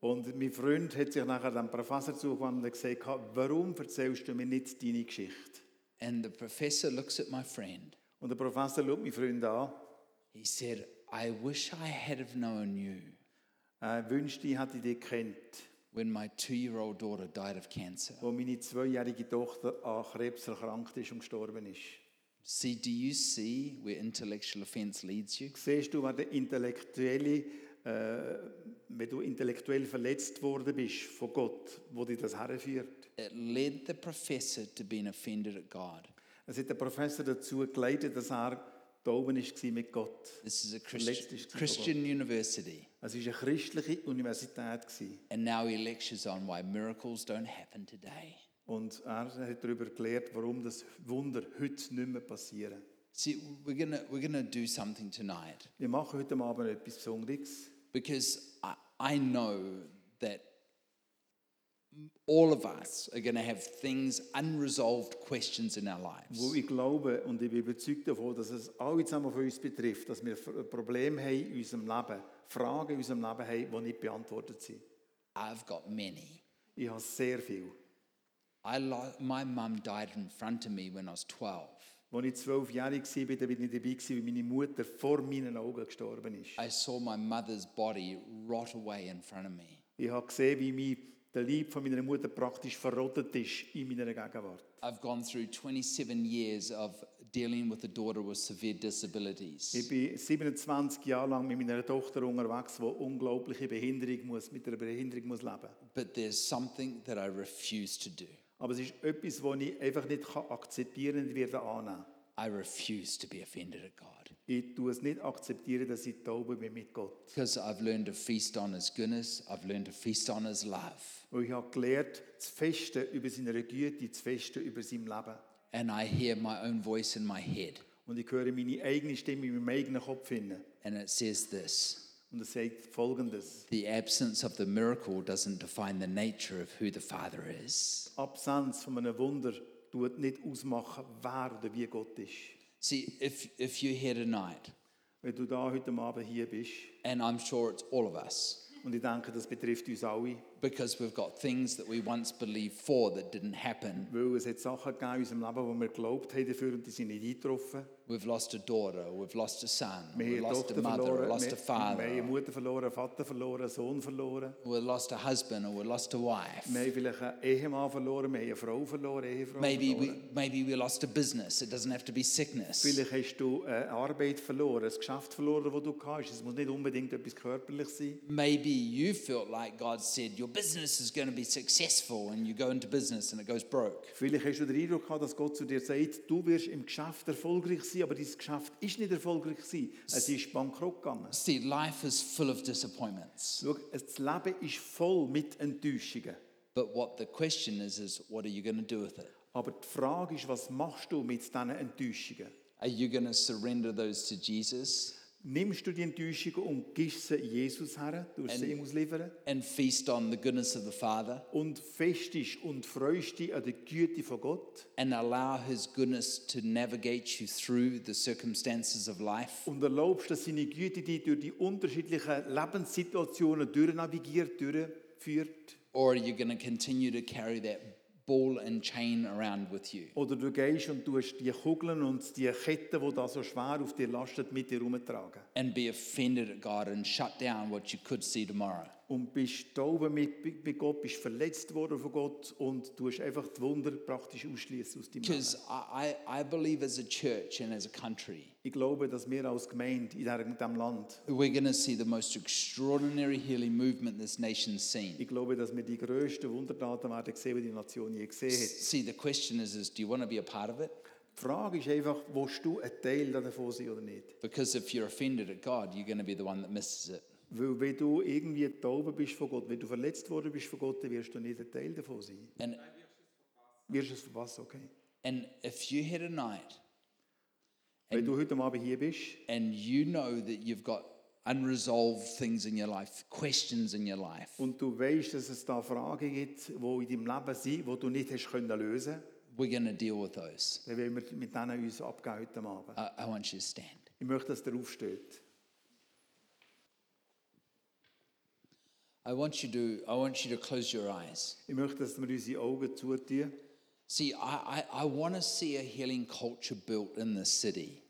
Speaker 1: Und mein Freund hat sich nachher dem Professor zugewandt und gesagt, warum erzählst du mir nicht deine Geschichte?
Speaker 2: And the professor looks at my friend.
Speaker 1: Und der Professor schaut meinen Freund an,
Speaker 2: He said, I wish I had have known you
Speaker 1: äh, wünschte, ich hätte dich kennt,
Speaker 2: when my two year old daughter died of cancer.
Speaker 1: wo meine zweijährige Tochter an Krebs erkrankt ist und gestorben ist.
Speaker 2: See, do you see where intellectual offense leads you?
Speaker 1: Siehst du, wenn, der intellektuelle, äh, wenn du intellektuell verletzt worden bist von Gott, wo dich das herführt?
Speaker 2: It led the professor to being offended at God.
Speaker 1: Es hat der Professor dazu geleitet, dass er da oben war mit Gott.
Speaker 2: This is a
Speaker 1: Verletzt ist
Speaker 2: Christ-
Speaker 1: sie
Speaker 2: Christian university.
Speaker 1: Es war eine christliche Universität. Gewesen.
Speaker 2: And now he lectures on why miracles don't happen today.
Speaker 1: Und er hat darüber gelehrt, warum das Wunder heute nicht mehr passieren.
Speaker 2: See, we're going we're gonna do something tonight
Speaker 1: Wir machen heute Abend etwas Besonderes,
Speaker 2: because I, I know that all of us are going to have things, unresolved questions in our
Speaker 1: wo
Speaker 2: lives.
Speaker 1: ich glaube und ich bin überzeugt davon, dass es alle zusammen von uns betrifft, dass wir F- Probleme haben in unserem Leben, Fragen in unserem Leben haben, die nicht beantwortet sind.
Speaker 2: I've got many.
Speaker 1: Ich habe sehr viel.
Speaker 2: I lo- my mum died in front of me when I was 12.
Speaker 1: Als ich zwölfjährig war, da bin ich dabei, gewesen, wie meine Mutter vor meinen Augen gestorben ist.
Speaker 2: I saw my mother's body rot away in front of me.
Speaker 1: Ich habe gesehen, wie mein, der Leib von meiner Mutter praktisch verrottet ist in meiner Gegenwart.
Speaker 2: I've gone through 27 years of dealing with a daughter with severe disabilities.
Speaker 1: Ich bin 27 Jahre lang mit meiner Tochter unterwegs, die unglaubliche Behinderung muss, mit einer Behinderung muss leben muss.
Speaker 2: But there's something that I refuse to do.
Speaker 1: Aber es ist etwas, das ich einfach nicht kann akzeptieren und werde annehmen.
Speaker 2: I refuse to be offended at God
Speaker 1: Ich tue es nicht akzeptieren, dass ich taube bin mit Gott.
Speaker 2: because I've learned to feast on His goodness, I've learned to feast on His love,
Speaker 1: Und ich habe gelernt, zu festen über seine Güte, zu festen über sein Leben.
Speaker 2: and I hear my own voice in my head.
Speaker 1: Und ich höre meine eigene Stimme in meinem eigenen Kopf hin.
Speaker 2: And it says this
Speaker 1: Und es sagt folgendes.
Speaker 2: The absence of the miracle doesn't define the nature of who the Father is.
Speaker 1: Die Absenz von einem Wunder tut nicht ausmachen, wer oder wie Gott ist.
Speaker 2: See, if, if you're here tonight,
Speaker 1: Wenn du da heute Abend hier bist,
Speaker 2: and I'm sure it's all of us,
Speaker 1: und ich denke, das betrifft uns alle,
Speaker 2: because we've got things that we once believed for that didn't happen.
Speaker 1: Weil es hat Sachen gegeben in unserem Leben, die wir geglaubt haben dafür und die sind nicht eingetroffen.
Speaker 2: We've lost a daughter, or we've lost a son, or
Speaker 1: Wir haben
Speaker 2: we've
Speaker 1: eine
Speaker 2: lost a
Speaker 1: Tochter
Speaker 2: mother, or
Speaker 1: verloren,
Speaker 2: lost
Speaker 1: wir,
Speaker 2: a
Speaker 1: wir haben eine
Speaker 2: father,
Speaker 1: Mutter verloren, einen Vater verloren, einen Sohn verloren.
Speaker 2: or we've lost a husband, or we've lost a wife.
Speaker 1: Wir haben vielleicht einen Ehemann verloren, wir haben eine Frau verloren, eine Ehefrau
Speaker 2: Maybe
Speaker 1: verloren.
Speaker 2: we, maybe we lost a business. It doesn't have to be sickness.
Speaker 1: Vielleicht hast du eine Arbeit verloren, ein Geschäft verloren, das du hast. Es muss nicht unbedingt etwas körperlich sein.
Speaker 2: Maybe you felt like God said your business is going to be successful, and you go into business and it goes broke.
Speaker 1: Vielleicht hast du den Eindruck gehabt, dass Gott zu dir sagt, du wirst im Geschäft erfolgreich sein, aber dein Geschäft ist nicht erfolgreich sein. Es ist bankrott gegangen.
Speaker 2: See, life is full of disappointments.
Speaker 1: Schau, das Leben ist voll mit Enttäuschungen.
Speaker 2: But what the question is, is what are you going to do with it?
Speaker 1: Aber die Frage ist, was machst du mit diesen Enttäuschungen?
Speaker 2: Are you going to surrender those to Jesus
Speaker 1: Nimmst du die Enttäuschungen und gibst sie Jesus her, du wirst sie ihm ausliefern,
Speaker 2: and feast on the goodness of the Father
Speaker 1: und festest und freust dich an der Güte von Gott
Speaker 2: and allow His goodness to navigate you through the circumstances of life?
Speaker 1: und erlaubst, dass seine Güte dich durch die unterschiedlichen Lebenssituationen durchnavigiert, durchführt?
Speaker 2: Or are you going to continue to carry that ball and chain around with you?
Speaker 1: Oder du gehst und tust die Kugeln und die Ketten, die da so schwer auf dir lastet, mit dir herumtragen.
Speaker 2: and be offended at God and shut down what you could see tomorrow.
Speaker 1: Und bist taube mit bei Gott, bist verletzt worden von Gott und tust einfach die Wunder praktisch ausschließen aus deinem Leben.
Speaker 2: Because I, I, I believe as a church and as a country,
Speaker 1: Ich glaube, dass wir als Gemeinde in diesem Land,
Speaker 2: we're going to see the most extraordinary healing movement this nation's seen.
Speaker 1: ich glaube, dass wir die grössten Wundertaten werden sehen, die die Nation je gesehen hat.
Speaker 2: See, the question is, is do you want to be a part of it?
Speaker 1: Die Frage ist einfach, willst du ein Teil davon sein oder nicht?
Speaker 2: Because if you're offended at God, you're going to be the one that misses it.
Speaker 1: Weil wenn du irgendwie taube bist von Gott, wenn du verletzt worden bist von Gott, dann wirst du nicht ein Teil davon sein.
Speaker 2: And,
Speaker 1: Wirst du es verpassen, okay?
Speaker 2: and if you had a night
Speaker 1: Wenn du heute Abend hier bist
Speaker 2: and you know that you've got unresolved things in your life, questions in your life,
Speaker 1: und du weißt, dass es da Fragen gibt, die in deinem Leben sind, die du nicht hast können lösen,
Speaker 2: we're going to deal with those.
Speaker 1: dann wollen wir mit denen uns abgehen heute Abend.
Speaker 2: I, I want you to stand.
Speaker 1: Ich möchte, dass der aufsteht.
Speaker 2: I want you to I want you to close your eyes.
Speaker 1: Ich möchte, dass wir unsere Augen zutun.
Speaker 2: See, I, I, I want to see a healing culture built in this city.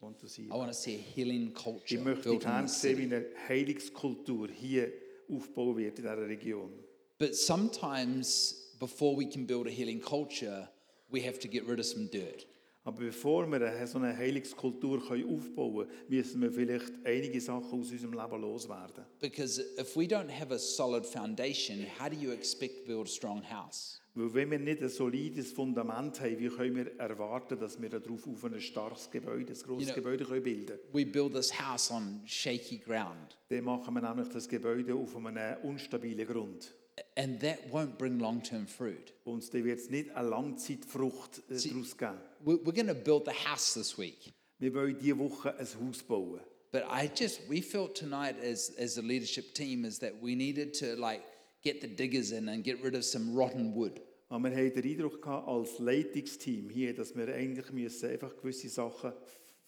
Speaker 1: Want to see
Speaker 2: I want to see a healing
Speaker 1: Ich
Speaker 2: culture
Speaker 1: möchte
Speaker 2: built in
Speaker 1: gerne
Speaker 2: this
Speaker 1: sehen,
Speaker 2: city.
Speaker 1: wie eine Heilungskultur hier aufgebaut wird in dieser Region.
Speaker 2: But sometimes before we can build a healing culture, we have to get rid of some dirt.
Speaker 1: Aber bevor wir eine- so eine Heilungskultur können aufbauen können, müssen wir vielleicht einige Sachen aus unserem Leben loswerden.
Speaker 2: Because if we don't have a solid foundation, how do you expect to build a strong house?
Speaker 1: Weil wenn wir nicht ein solides Fundament haben, wie können wir erwarten, dass wir darauf auf ein starkes Gebäude, ein grosses
Speaker 2: You know-
Speaker 1: Gebäude können bilden können?
Speaker 2: We build this house on shaky ground,
Speaker 1: Dann machen wir nämlich das Gebäude auf einem unstabilen Grund.
Speaker 2: and that won't bring long-term fruit.
Speaker 1: Und dann wird es nicht eine Langzeitfrucht äh,
Speaker 2: Sie-
Speaker 1: daraus geben.
Speaker 2: We- We're going to build the house this week.
Speaker 1: Wir wollen diese Woche ein Haus bauen.
Speaker 2: But I just we felt tonight as as a leadership team is that we needed to like get the diggers in and get rid of some rotten wood.
Speaker 1: Aber wir hatten den Eindruck gehabt, als Leitungsteam hier, dass wir eigentlich müssen einfach gewisse Sachen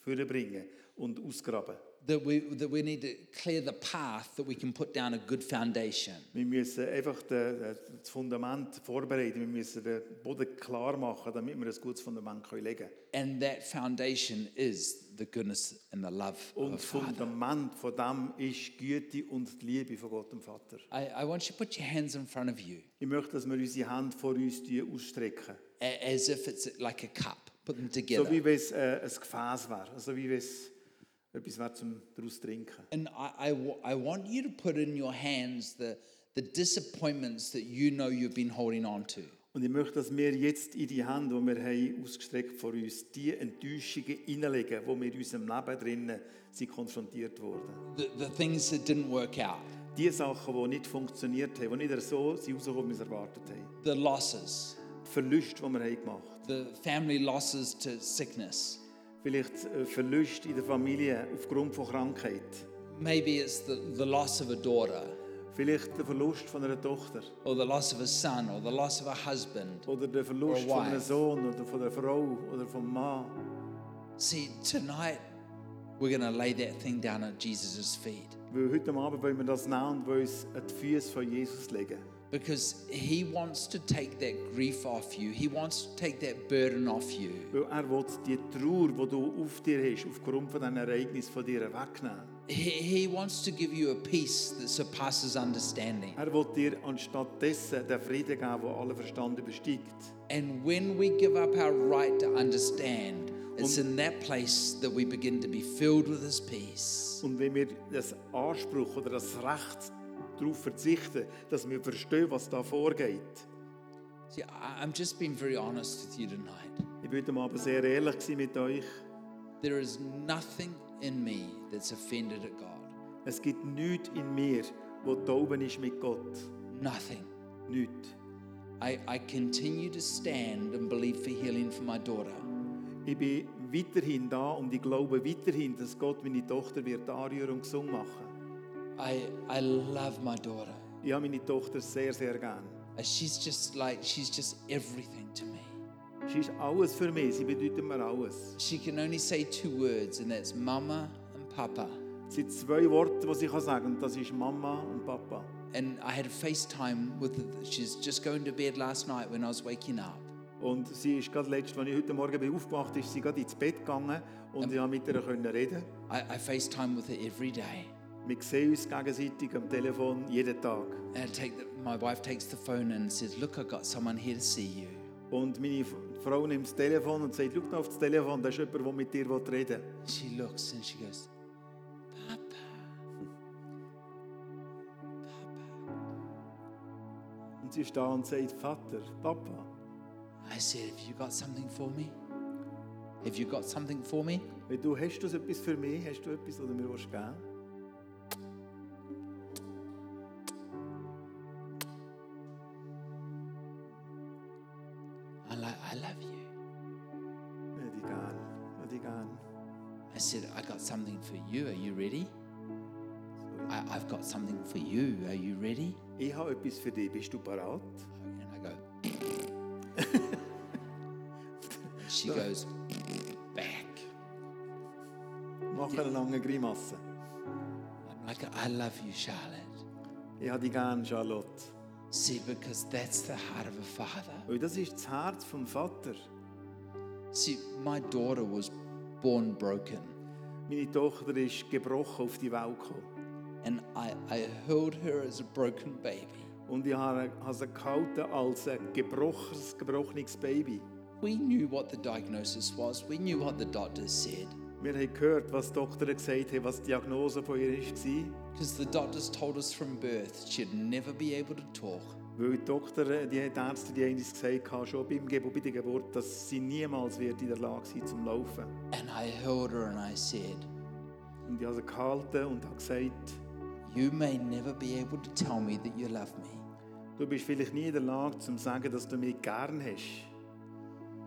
Speaker 1: vorbringen und ausgraben
Speaker 2: That we that we need to clear the path that we can put down a good foundation.
Speaker 1: Wir müssen einfach den- den- das Fundament vorbereiten, wir müssen den Boden klar machen, damit wir ein gutes Fundament können legen können.
Speaker 2: And that foundation is the goodness and the love
Speaker 1: Und
Speaker 2: of
Speaker 1: das
Speaker 2: Father.
Speaker 1: Fundament von dem ist die Güte und die Liebe von Gott dem Vater.
Speaker 2: I, I want you to put your hands in front of you
Speaker 1: Ich möchte, dass wir unsere Hände vor uns die ausstrecken.
Speaker 2: a- as if it's like a cup. Put them
Speaker 1: So
Speaker 2: together.
Speaker 1: wie wenn es äh, ein Gefäß wäre, also wie wenn es etwas wäre, zum daraus zu trinken.
Speaker 2: And I, I, wa- I want you to put in your hands the, the disappointments that you know you've been holding on to.
Speaker 1: Und ich möchte, dass wir jetzt in die Hände, die wir haben, ausgestreckt vor uns, die Enttäuschungen hineinlegen, die wir in unserem Leben drinnen sind konfrontiert wurden.
Speaker 2: the, the things that didn't work out,
Speaker 1: Die Sachen, die nicht funktioniert haben, die nicht so sind rausgekommen, wie wir es erwartet haben.
Speaker 2: the losses,
Speaker 1: Die Verluste, die wir haben gemacht haben.
Speaker 2: the family losses to sickness.
Speaker 1: Vielleicht äh, Verluste in der Familie aufgrund von Krankheit.
Speaker 2: Maybe it's the, the loss of a daughter,
Speaker 1: Vielleicht der Verlust von einer Tochter.
Speaker 2: or the loss of a son, or the loss of a husband.
Speaker 1: Oder der Verlust
Speaker 2: Or wife.
Speaker 1: von einem Sohn oder von einer Frau oder vom Mann.
Speaker 2: See, tonight, We're going to lay that thing down at Jesus' feet
Speaker 1: Weil heute Abend wollen wir das nehmen und wollen es an die Füße von Jesus legen.
Speaker 2: because He wants to take that grief off you, He wants to take that burden off you.
Speaker 1: Weil er will die Trauer, die du auf dir hast, aufgrund von diesen Ereignissen von dir wegnehmen.
Speaker 2: He, he wants to give you a peace that surpasses understanding.
Speaker 1: Er will dir anstatt dessen den Frieden geben, der alle Verstand übersteigt.
Speaker 2: And when we give up our right to understand, it's in that place that we begin to be filled with His peace.
Speaker 1: Und wenn wir das Anspruch oder das Recht darauf verzichten, dass wir verstehen, was da vorgeht.
Speaker 2: See, I- I'm just being very honest with you tonight.
Speaker 1: Ich bin heute Abend sehr ehrlich gewesen mit euch.
Speaker 2: There is nothing in me that's offended at God.
Speaker 1: Es gibt nichts in mir, wo tauben ist mit Gott.
Speaker 2: Nothing.
Speaker 1: Nichts.
Speaker 2: I, I continue to stand and believe for healing for my daughter.
Speaker 1: Ich bin weiterhin da und ich glaube weiterhin, dass Gott meine Tochter wird anrühren und gesund machen.
Speaker 2: I, I love my daughter.
Speaker 1: Ich habe meine Tochter sehr, sehr gern.
Speaker 2: Uh, She's just like, she's just everything to me.
Speaker 1: Sie ist alles für mich, sie bedeutet mir alles.
Speaker 2: She can only say two words, and that's Mama and Papa.
Speaker 1: Es sind zwei Worte, die ich sagen kann, und das ist Mama und Papa.
Speaker 2: And I had a FaceTime with, she's just going to bed last night when I was waking up.
Speaker 1: Und sie ist gerade letztes, als ich heute Morgen bin aufgewacht bin, ist sie gerade ins Bett gegangen und ich konnte mit ihr können reden.
Speaker 2: I, I FaceTime with her every day.
Speaker 1: Wir sehen uns gegenseitig am Telefon jeden Tag.
Speaker 2: And I take the, my wife takes the phone and says, Look, I got someone here to see you.
Speaker 1: Und meine F- Frau nimmt das Telefon und sagt, schau auf das Telefon, da ist jemand, der mit dir reden will.
Speaker 2: She looks and she goes, Papa,
Speaker 1: Und sie ist da und sagt, Vater, Papa,
Speaker 2: I said, Have you got something for me? Have you got something for me?
Speaker 1: wenn du hast du etwas für mich, hast du etwas, das du mir willst geben
Speaker 2: I'm like, I love you.
Speaker 1: willst? Ja, die gern, ja, die gern.
Speaker 2: I said, I got something for you. Are you ready?
Speaker 1: Sorry.
Speaker 2: I, I've got something for you. Are you ready?
Speaker 1: Ich habe etwas für dich, bist du bereit?
Speaker 2: And I go, She goes, Back.
Speaker 1: Mach eine lange Grimasse.
Speaker 2: I'm like, I love you, Charlotte.
Speaker 1: Ich habe dich gern, Charlotte.
Speaker 2: See, because that's the heart of a father.
Speaker 1: Weil das ist das Herz vom Vater.
Speaker 2: See, my daughter was born broken,
Speaker 1: Meine Tochter ist gebrochen auf die Welt gekommen.
Speaker 2: and I, I held her as a broken baby.
Speaker 1: Und ich habe habe sie gehalten als ein gebrochenes, gebrochenes Baby.
Speaker 2: We knew what the diagnosis was, we knew what the doctors said,
Speaker 1: Wir haben gehört, was die Doktoren gesagt haben, was die Diagnose von ihr war.
Speaker 2: because the doctors told us from birth she'd never be able to talk.
Speaker 1: Weil die Doktor, die hat- die Ärzte, die haben uns gesagt, haben, schon beim Geburt, bei der Geburt, dass sie niemals wird in der Lage sein zum Laufen.
Speaker 2: And I held her and I said,
Speaker 1: Und ich habe sie gehalten und habe gesagt,
Speaker 2: You may never be able to tell me that you love me,
Speaker 1: du bist vielleicht nie in der Lage, zu sagen, dass du mich gern hast.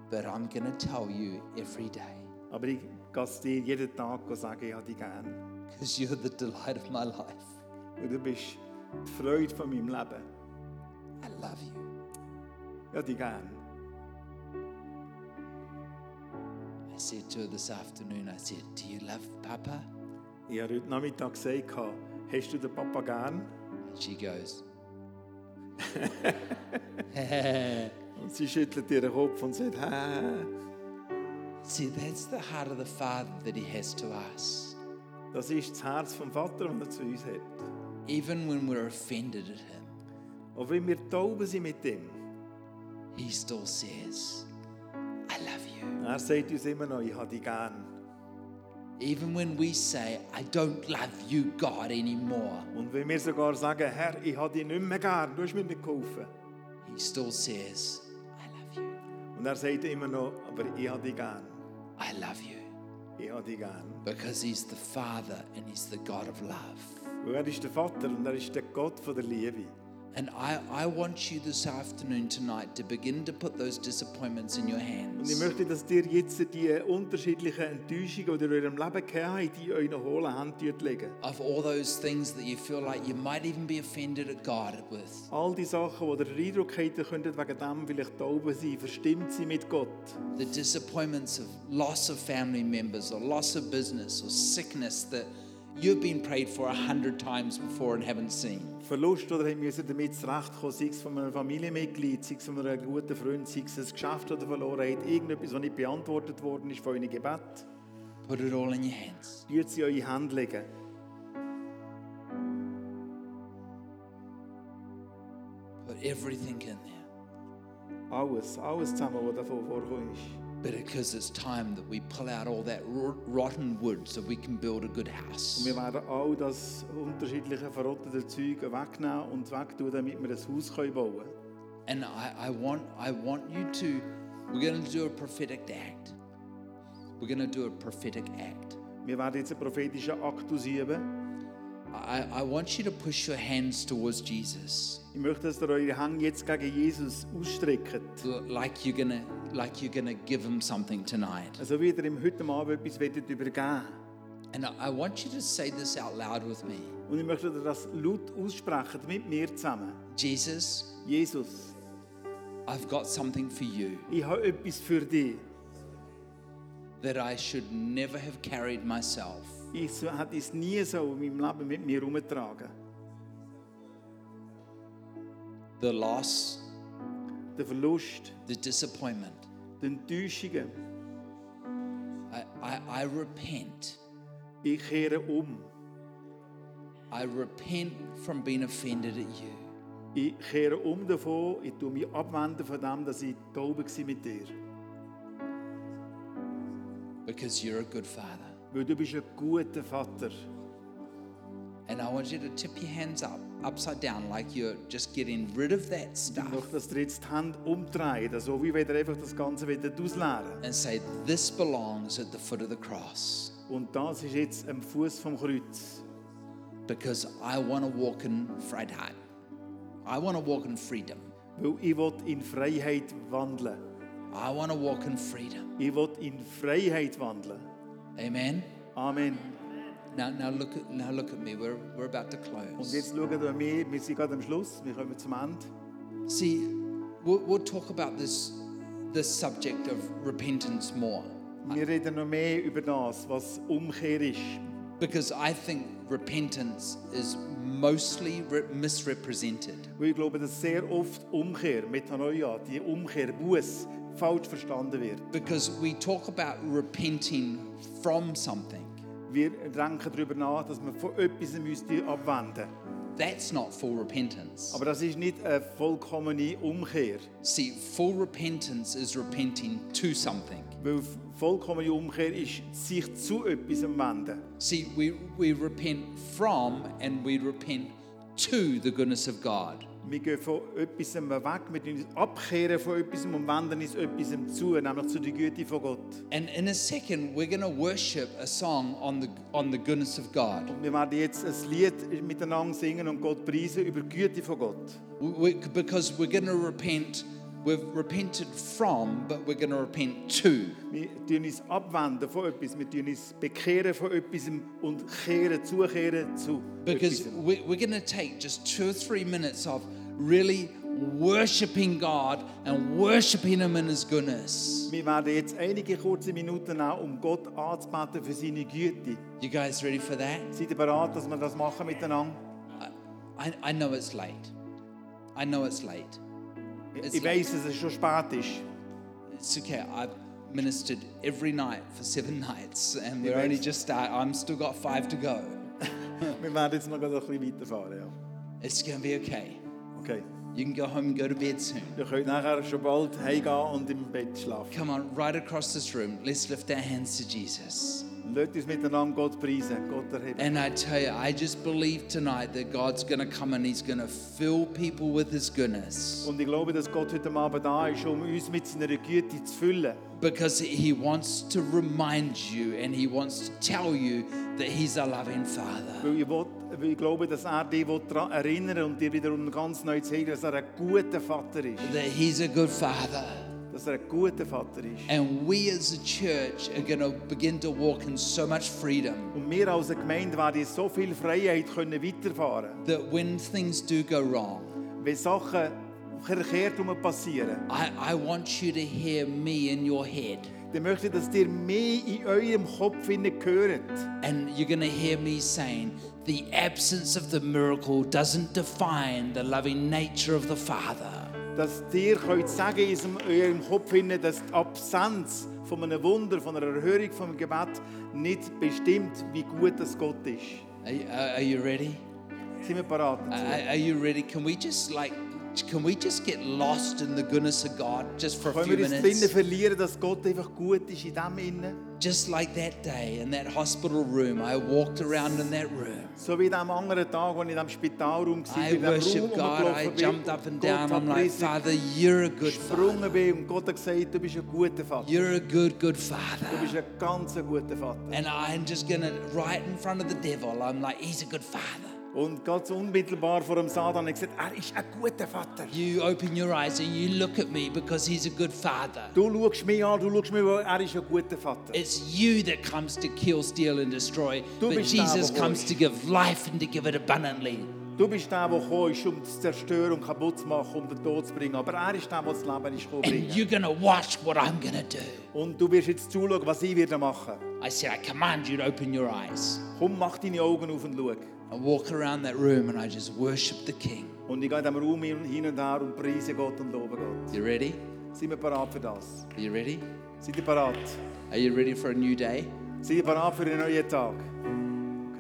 Speaker 2: but I'm going to tell you every day,
Speaker 1: Aber ich gehe es dir jeden Tag sagen, ich habe dich gern.
Speaker 2: because you're the delight of my life.
Speaker 1: Weil du bist die Freude von meinem Leben.
Speaker 2: I love you.
Speaker 1: Ich habe dich gern.
Speaker 2: I said to her this afternoon, I said, Do you love Papa?
Speaker 1: Ich habe heute Nachmittag gesagt, hast du den Papa gern?
Speaker 2: And she goes,
Speaker 1: Und sie schüttelt ihren Kopf und sagt, hä?
Speaker 2: See, that's the heart of the Father that He has to us.
Speaker 1: Das ist das Herz vom Vater, das er zu uns hat.
Speaker 2: Even when we're offended at Him,
Speaker 1: Auch wenn wir tauben sind mit ihm,
Speaker 2: He still says, I love you.
Speaker 1: Er sagt uns immer noch, ich habe dich gern.
Speaker 2: Even when we say, I don't love you, God, anymore,
Speaker 1: Und wenn wir sogar sagen, Herr, ich habe dich nicht mehr gern, du hast mir nicht geholfen.
Speaker 2: He still says, I love you.
Speaker 1: Und er sagt immer noch, aber ich habe dich gern.
Speaker 2: I love you.
Speaker 1: Ich habe dich gern.
Speaker 2: Because He's the Father and He's the God of love.
Speaker 1: Weil er ist der Vater und er ist der Gott von der Liebe.
Speaker 2: And I, I want you this afternoon, tonight, to begin to put those disappointments in your
Speaker 1: Und ich
Speaker 2: hands.
Speaker 1: möchte, dass ihr jetzt die unterschiedlichen Enttäuschungen, die ihr in eurem Leben gehabt habt, in euren hohlen Händen legen.
Speaker 2: Of all those things that you feel like you might even be offended at God with.
Speaker 1: All die Sachen, die ihr den Eindruck habt, ihr könntet wegen dem vielleicht taub sein, verstimmt sein mit Gott.
Speaker 2: The disappointments of loss of family members, or loss of business, or sickness that you've been prayed for a hundred times before and haven't seen.
Speaker 1: Verlust oder ihr müsst damit zurechtkommen, sei es von einem Familienmitglied, sei es von einem guten Freund, sei es ein Geschäft, das ihr verloren habt, irgendetwas, was nicht beantwortet worden ist von euren Gebet.
Speaker 2: Put it all in your hands.
Speaker 1: Ihr sie in eure Hände legen.
Speaker 2: Put everything in there.
Speaker 1: Alles, alles zusammen, was davon vorgekommen ist.
Speaker 2: But because it's time that we pull out all that ro- rotten wood so we can build a good house.
Speaker 1: Und wir werden all das unterschiedliche verrottete Zeug wegnehmen und wegtun, damit wir ein Haus können bauen können.
Speaker 2: And I, I want I want you to we're gonna do a prophetic act. We're gonna do a prophetic act.
Speaker 1: Wir werden jetzt einen prophetischen Akt ausüben.
Speaker 2: I, I want you to push your hands towards Jesus.
Speaker 1: Ich möchte, dass ihr eure Hände jetzt gegen Jesus ausstreckt.
Speaker 2: L- Like you're gonna like you're gonna give him something tonight.
Speaker 1: Also wie ihr ihm heute Abend etwas wollt übergeben
Speaker 2: And I, I want you to say this out loud with me.
Speaker 1: Und ich möchte dass ihr das laut aussprechen, mit mir zusammen.
Speaker 2: Jesus,
Speaker 1: Jesus,
Speaker 2: I've got something for you
Speaker 1: ich habe etwas für dich.
Speaker 2: that I should never have carried myself.
Speaker 1: Ich so- hätte es nie so in meinem Leben mit mir herumgetragen.
Speaker 2: The loss,
Speaker 1: Der Verlust,
Speaker 2: the disappointment.
Speaker 1: die Enttäuschungen.
Speaker 2: I, I, I repent.
Speaker 1: Ich kehre um.
Speaker 2: I repent from being offended at you.
Speaker 1: Ich kehre um davon, ich tue mich abwenden von dem, dass ich taub war mit dir.
Speaker 2: because you're a good father.
Speaker 1: Weil du bist ein guter Vater.
Speaker 2: And I want you to tip your hands up, upside down, like you're just getting rid of that
Speaker 1: Ich
Speaker 2: stuff
Speaker 1: möchte, dass ihr jetzt die Hände umdrehen, also wie wenn ihr einfach das Ganze wieder ausleeren
Speaker 2: and say, This belongs at the foot of the cross
Speaker 1: Und das ist jetzt am Fuß vom Kreuz.
Speaker 2: because I want to walk in Freiheit. I want to walk in freedom.
Speaker 1: Weil ich will in Freiheit wandeln.
Speaker 2: I want to walk in freedom.
Speaker 1: Ich will in Freiheit wandeln.
Speaker 2: Amen.
Speaker 1: Amen.
Speaker 2: Now, now look at now look at me. We're we're about to
Speaker 1: Und
Speaker 2: close.
Speaker 1: jetzt schauen wir mir, wir sind gerade am Schluss, wir kommen zum Ende.
Speaker 2: See, we'll, we'll talk about this this subject of repentance more
Speaker 1: Wir reden noch mehr über das, was Umkehr ist.
Speaker 2: because I think repentance is mostly re- misrepresented.
Speaker 1: Weil ich glaube, dass sehr oft Umkehr, Metanoia, die Umkehr, Buß, falsch verstanden wird.
Speaker 2: Because we talk about repenting from something.
Speaker 1: Wir denken darüber nach, dass wir von etwas müsste abwenden
Speaker 2: That's not full repentance.
Speaker 1: Aber das ist nicht eine vollkommene Umkehr.
Speaker 2: See, full repentance is repenting to something.
Speaker 1: Weil vollkommene Umkehr ist, sich zu etwas wenden.
Speaker 2: See, we, we repent from and we repent to the goodness of God.
Speaker 1: Wir gehen von etwas weg, wir tun uns abkehren von etwas und wenden uns etwas zu, nämlich zu der Güte von Gott.
Speaker 2: And in a second, we're going to worship a song on the, on the goodness of God
Speaker 1: Wir werden jetzt ein Lied miteinander singen und Gott preisen über die Güte von Gott.
Speaker 2: We- we- because we're going to repent. We've repented from, but we're going to repent to.
Speaker 1: Wir tun uns abwenden von etwas, wir tun uns bekehren von etwas und kehren, zukehren zu
Speaker 2: Because
Speaker 1: etwas.
Speaker 2: we, we're going to take just two or three minutes of really worshiping God and worshiping Him in His goodness.
Speaker 1: Wir werden jetzt einige kurze Minuten nehmen, um Gott anzubeten für seine Güte.
Speaker 2: You guys ready for that?
Speaker 1: Seid ihr bereit, dass wir das machen miteinander?
Speaker 2: I, I, I know it's late. I know it's late.
Speaker 1: Ich,
Speaker 2: It's
Speaker 1: ich weiss, dass es schon spät ist.
Speaker 2: It's okay. I've ministered every night for seven nights, and
Speaker 1: You
Speaker 2: we're only
Speaker 1: guys-
Speaker 2: just start. I'm still got five to go.
Speaker 1: Wir werden jetzt noch ein bisschen weiterfahren. Ja.
Speaker 2: It's going to be okay.
Speaker 1: Okay.
Speaker 2: You can go home and go to bed soon.
Speaker 1: Ihr könnt nachher schon bald heimgehen und im Bett schlafen.
Speaker 2: Come on, right across this room, let's lift our hands to Jesus.
Speaker 1: Lasst uns miteinander Gott preisen, Gott erheben.
Speaker 2: And I tell you, I just believe tonight that God's going to come and He's going to fill people with His goodness
Speaker 1: Und ich glaube, dass Gott heute Abend da ist, um uns mit seiner Güte zu füllen.
Speaker 2: because He wants to remind you and He wants to tell you that He's a loving Father.
Speaker 1: Weil ich, will, weil ich glaube, dass er dich will daran erinnern und dir wiederum ganz neu zeigen, dass er ein guter Vater ist.
Speaker 2: That He's a good Father.
Speaker 1: Dass er ein guter Vater ist.
Speaker 2: And we as a church are going to begin to walk in so much freedom
Speaker 1: Und wir als eine Gemeinde werden in so viel Freiheit können weiterfahren
Speaker 2: that when things do go wrong,
Speaker 1: können. Wenn Sachen verkehrt herum passieren,
Speaker 2: I, I want you to hear me in your head.
Speaker 1: dann möchte ich, dass ihr mehr in eurem Kopf hinein hört.
Speaker 2: And you're going to hear me saying, the absence of the miracle doesn't define the loving nature of the Father.
Speaker 1: Dass ihr könnt sagen in diesem- in eurem Kopf hinein, dass die Absenz von einem Wunder, von einer Erhörung, von einem Gebet nicht bestimmt, wie gut das Gott ist.
Speaker 2: Are, you- are are you ready?
Speaker 1: Sind wir parat
Speaker 2: Are,
Speaker 1: dazu?
Speaker 2: are- are you ready? Can we just like, can we just get lost in the goodness of God just for a
Speaker 1: Können
Speaker 2: few
Speaker 1: wir uns drinnen
Speaker 2: minutes?
Speaker 1: verlieren, dass Gott einfach gut ist in dem Innen?
Speaker 2: Just like that day in that hospital room, I walked around in that room.
Speaker 1: So wie am anderen Tag, als ich in diesem Spitalraum war, in
Speaker 2: I
Speaker 1: diesem Raum
Speaker 2: worship God. I
Speaker 1: rumgelaufen bin,
Speaker 2: jumped up and down.
Speaker 1: Gott
Speaker 2: I'm like,
Speaker 1: gepriesen,
Speaker 2: Father, you're a good Father.
Speaker 1: gesprungen bin und Gott hat gesagt, du bist ein guter Vater.
Speaker 2: You're a good, good
Speaker 1: Du
Speaker 2: Father.
Speaker 1: bist ein ganz guter Vater.
Speaker 2: And I'm just going to, right in front of the devil, I'm like, he's a good Father.
Speaker 1: Und ganz unmittelbar vor dem Satan hat er gesagt, er ist ein guter Vater.
Speaker 2: You open your eyes and you look at me because he's a good father.
Speaker 1: Du schaust mich an, du schaust mich an, er ist ein guter Vater.
Speaker 2: It's you that comes to kill, steal, and destroy,
Speaker 1: Du
Speaker 2: but
Speaker 1: bist der,
Speaker 2: Jesus
Speaker 1: der
Speaker 2: comes
Speaker 1: holst.
Speaker 2: to give life and to give it abundantly.
Speaker 1: Du bist der, der gekommen ist, um zu zerstören und kaputt zu machen, um den Tod zu bringen. Aber er ist der, der das Leben ist gekommen
Speaker 2: And
Speaker 1: bringen.
Speaker 2: you're going to watch what I'm going to do.
Speaker 1: Und du wirst jetzt zuschauen, was ich werde machen.
Speaker 2: I said, I command you to open your eyes.
Speaker 1: Komm, mach deine Augen auf und schau.
Speaker 2: I walk around that room and I just worship the King.
Speaker 1: Und ich gehe in diesem Raum hin und her und preise Gott und lobe Gott.
Speaker 2: You ready?
Speaker 1: Sind wir parat für das?
Speaker 2: You ready?
Speaker 1: Seid ihr parat?
Speaker 2: Are you ready for a new day?
Speaker 1: Seid ihr parat für einen neuen Tag?